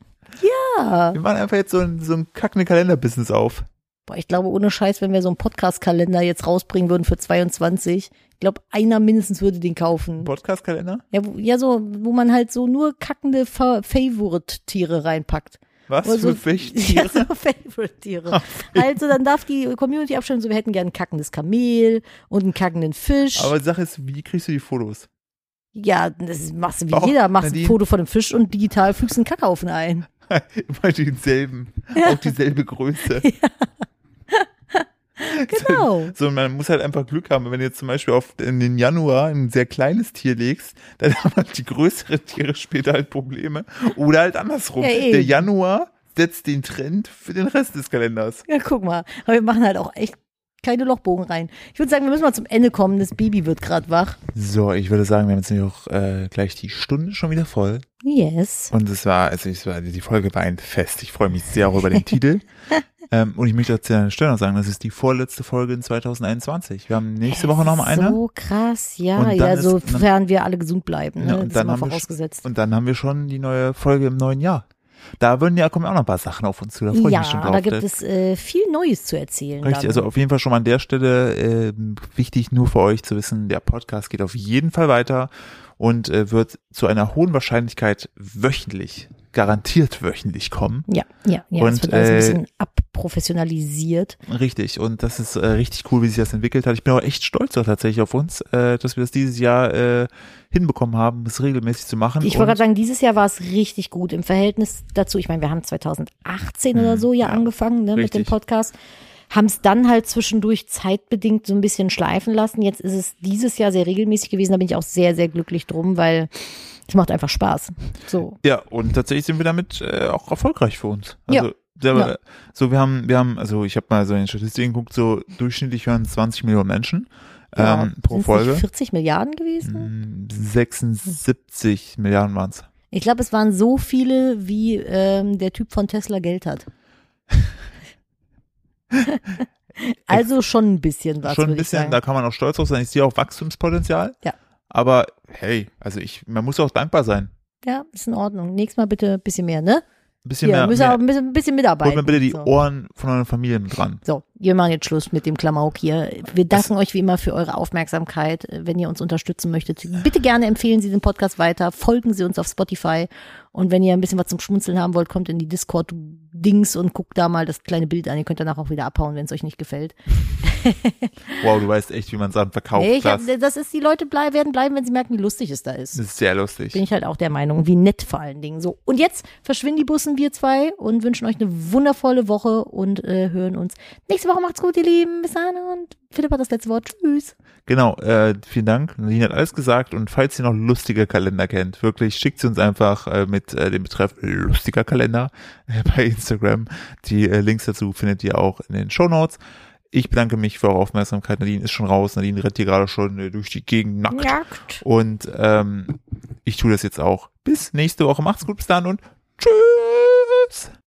S2: Ja.
S1: Wir machen einfach jetzt so ein, so ein kackende Kalender-Business auf.
S2: Boah, ich glaube, ohne Scheiß, wenn wir so einen Podcast-Kalender jetzt rausbringen würden für 22, ich glaube, einer mindestens würde den kaufen.
S1: Podcast-Kalender?
S2: Ja, wo, ja, so, wo man halt so nur kackende Fa- Favorite-Tiere reinpackt.
S1: Was
S2: Oder so-
S1: für welche
S2: Also, Ja,
S1: Tiere?
S2: so Favorite-Tiere. Also dann darf die Community abstimmen, so wir hätten gern ein kackendes Kamel und einen kackenden Fisch.
S1: Aber die Sache ist, wie kriegst du die Fotos?
S2: Ja, das machst du wie
S1: Doch,
S2: jeder. Machst
S1: Nadine.
S2: ein Foto von einem Fisch und digital fügst einen Kackhaufen ein.
S1: Immer denselben. Auch dieselbe Größe.
S2: Genau.
S1: So, man muss halt einfach Glück haben. Wenn du jetzt zum Beispiel auf in den Januar ein sehr kleines Tier legst, dann haben halt die größeren Tiere später halt Probleme. Oder halt andersrum.
S2: Ja, eben.
S1: Der Januar setzt den Trend für den Rest des Kalenders.
S2: Ja, guck mal. Aber wir machen halt auch echt keine Lochbogen rein. Ich würde sagen, wir müssen mal zum Ende kommen. Das Baby wird gerade wach.
S1: So, ich würde sagen, wir haben jetzt nämlich auch äh, gleich die Stunde schon wieder voll.
S2: Yes.
S1: Und es war, also es war, die Folge war ein Fest. Ich freue mich sehr auch über den Titel. ähm, und ich möchte jetzt an der Stelle noch sagen, das ist die vorletzte Folge in 2021. Wir haben nächste Woche nochmal eine.
S2: So krass,
S1: Und
S2: ja.
S1: dann
S2: Ja,
S1: ist-
S2: sofern wir alle gesund bleiben. Ne?
S1: Ja,
S2: das ist immer
S1: wir
S2: vorausgesetzt.
S1: sch- und dann haben wir schon die neue Folge im neuen Jahr. Da würden ja kommen auch noch ein paar Sachen auf uns zu. Da freue ich
S2: ja,
S1: mich schon drauf.
S2: da gibt es äh, viel Neues zu erzählen.
S1: Richtig,
S2: dann.
S1: also auf jeden Fall schon mal an der Stelle ähm, wichtig nur für euch zu wissen, der Podcast geht auf jeden Fall weiter und äh, wird zu einer hohen Wahrscheinlichkeit wöchentlich, garantiert wöchentlich kommen.
S2: ja, ja, ja.
S1: Und,
S2: es wird alles ein
S1: äh,
S2: bisschen abprofessionalisiert.
S1: Richtig, und das ist äh, richtig cool, wie sich das entwickelt hat. Ich bin auch echt stolz auch tatsächlich auf uns, äh, dass wir das dieses Jahr äh, hinbekommen haben, das regelmäßig zu machen.
S2: Ich wollte
S1: Und-
S2: gerade sagen, dieses Jahr war es richtig gut im Verhältnis dazu. Ich meine, wir haben 2018 oder so ja,
S1: Hm, ja,
S2: angefangen ne, mit dem
S1: richtig.
S2: Podcast. Haben es dann halt zwischendurch zeitbedingt so ein bisschen schleifen lassen. Jetzt ist es dieses Jahr sehr regelmäßig gewesen. Da bin ich auch sehr, sehr glücklich drum, weil es macht einfach Spaß. So.
S1: Ja, und tatsächlich sind wir damit äh, auch erfolgreich für uns. Also,
S2: Ja.
S1: Selber,
S2: Ja.
S1: So, wir haben, wir haben, also ich habe mal so in den Statistiken geguckt, so durchschnittlich hören 20 Millionen Menschen
S2: Ja,
S1: ähm, pro
S2: Genau. Sind's
S1: Folge.
S2: Nicht 40 Milliarden gewesen?
S1: Hm, 76 Milliarden waren's
S2: Ich glaube, es waren so viele, wie ähm, der Typ von Tesla Geld hat. also schon ein bisschen was.
S1: Schon ein
S2: würd ich
S1: bisschen,
S2: sagen.
S1: da kann man auch stolz drauf sein. Ich sehe auch Wachstumspotenzial.
S2: Ja.
S1: Aber hey, also ich, man muss auch dankbar sein.
S2: Ja, ist in Ordnung. Nächstes Mal bitte ein bisschen mehr, ne?
S1: Ein bisschen
S2: Hier,
S1: mehr.
S2: müssen wir
S1: mehr.
S2: auch ein bisschen, ein bisschen mitarbeiten.
S1: Holt mir bitte die
S2: so.
S1: Ohren von euren Familien dran.
S2: so, wir machen jetzt Schluss mit dem Klamauk hier. Wir danken euch wie immer für eure Aufmerksamkeit. Wenn ihr uns unterstützen möchtet, bitte gerne empfehlen Sie den Podcast weiter, folgen Sie uns auf Spotify und wenn ihr ein bisschen was zum Schmunzeln haben wollt, kommt in die Discord-Dings und guckt da mal das kleine Bild an. Ihr könnt danach auch wieder abhauen, wenn es euch nicht gefällt.
S1: Wow, du weißt echt, wie man Sachen verkauft.
S2: Nee, ich hab,
S1: das
S2: das ist, die Leute blei werden bleiben, wenn sie merken, wie lustig es da ist.
S1: ist sehr lustig.
S2: Bin ich halt auch der Meinung, wie nett vor allen Dingen. So, und jetzt verschwinden die Bussen, wir zwei, und wünschen euch eine wundervolle Woche und äh, hören uns nächste Woche. Macht's gut, ihr Lieben. Bis dann und Philipp hat das letzte Wort. Tschüss.
S1: Genau, äh, vielen Dank. Nadine hat alles gesagt und falls ihr noch lustige Kalender kennt, wirklich schickt sie uns einfach äh, mit äh, dem Betreff lustiger Kalender äh, bei Instagram. Instagram. Die äh, Links dazu findet ihr auch in den Show Notes. Ich bedanke mich für eure Aufmerksamkeit. Nadine ist schon raus. Nadine rennt hier gerade schon äh, durch die Gegend nackt.
S2: Nackt.
S1: Und ähm, ich tue das jetzt auch. Bis nächste Woche. Macht's gut. Bis dann und tschüss.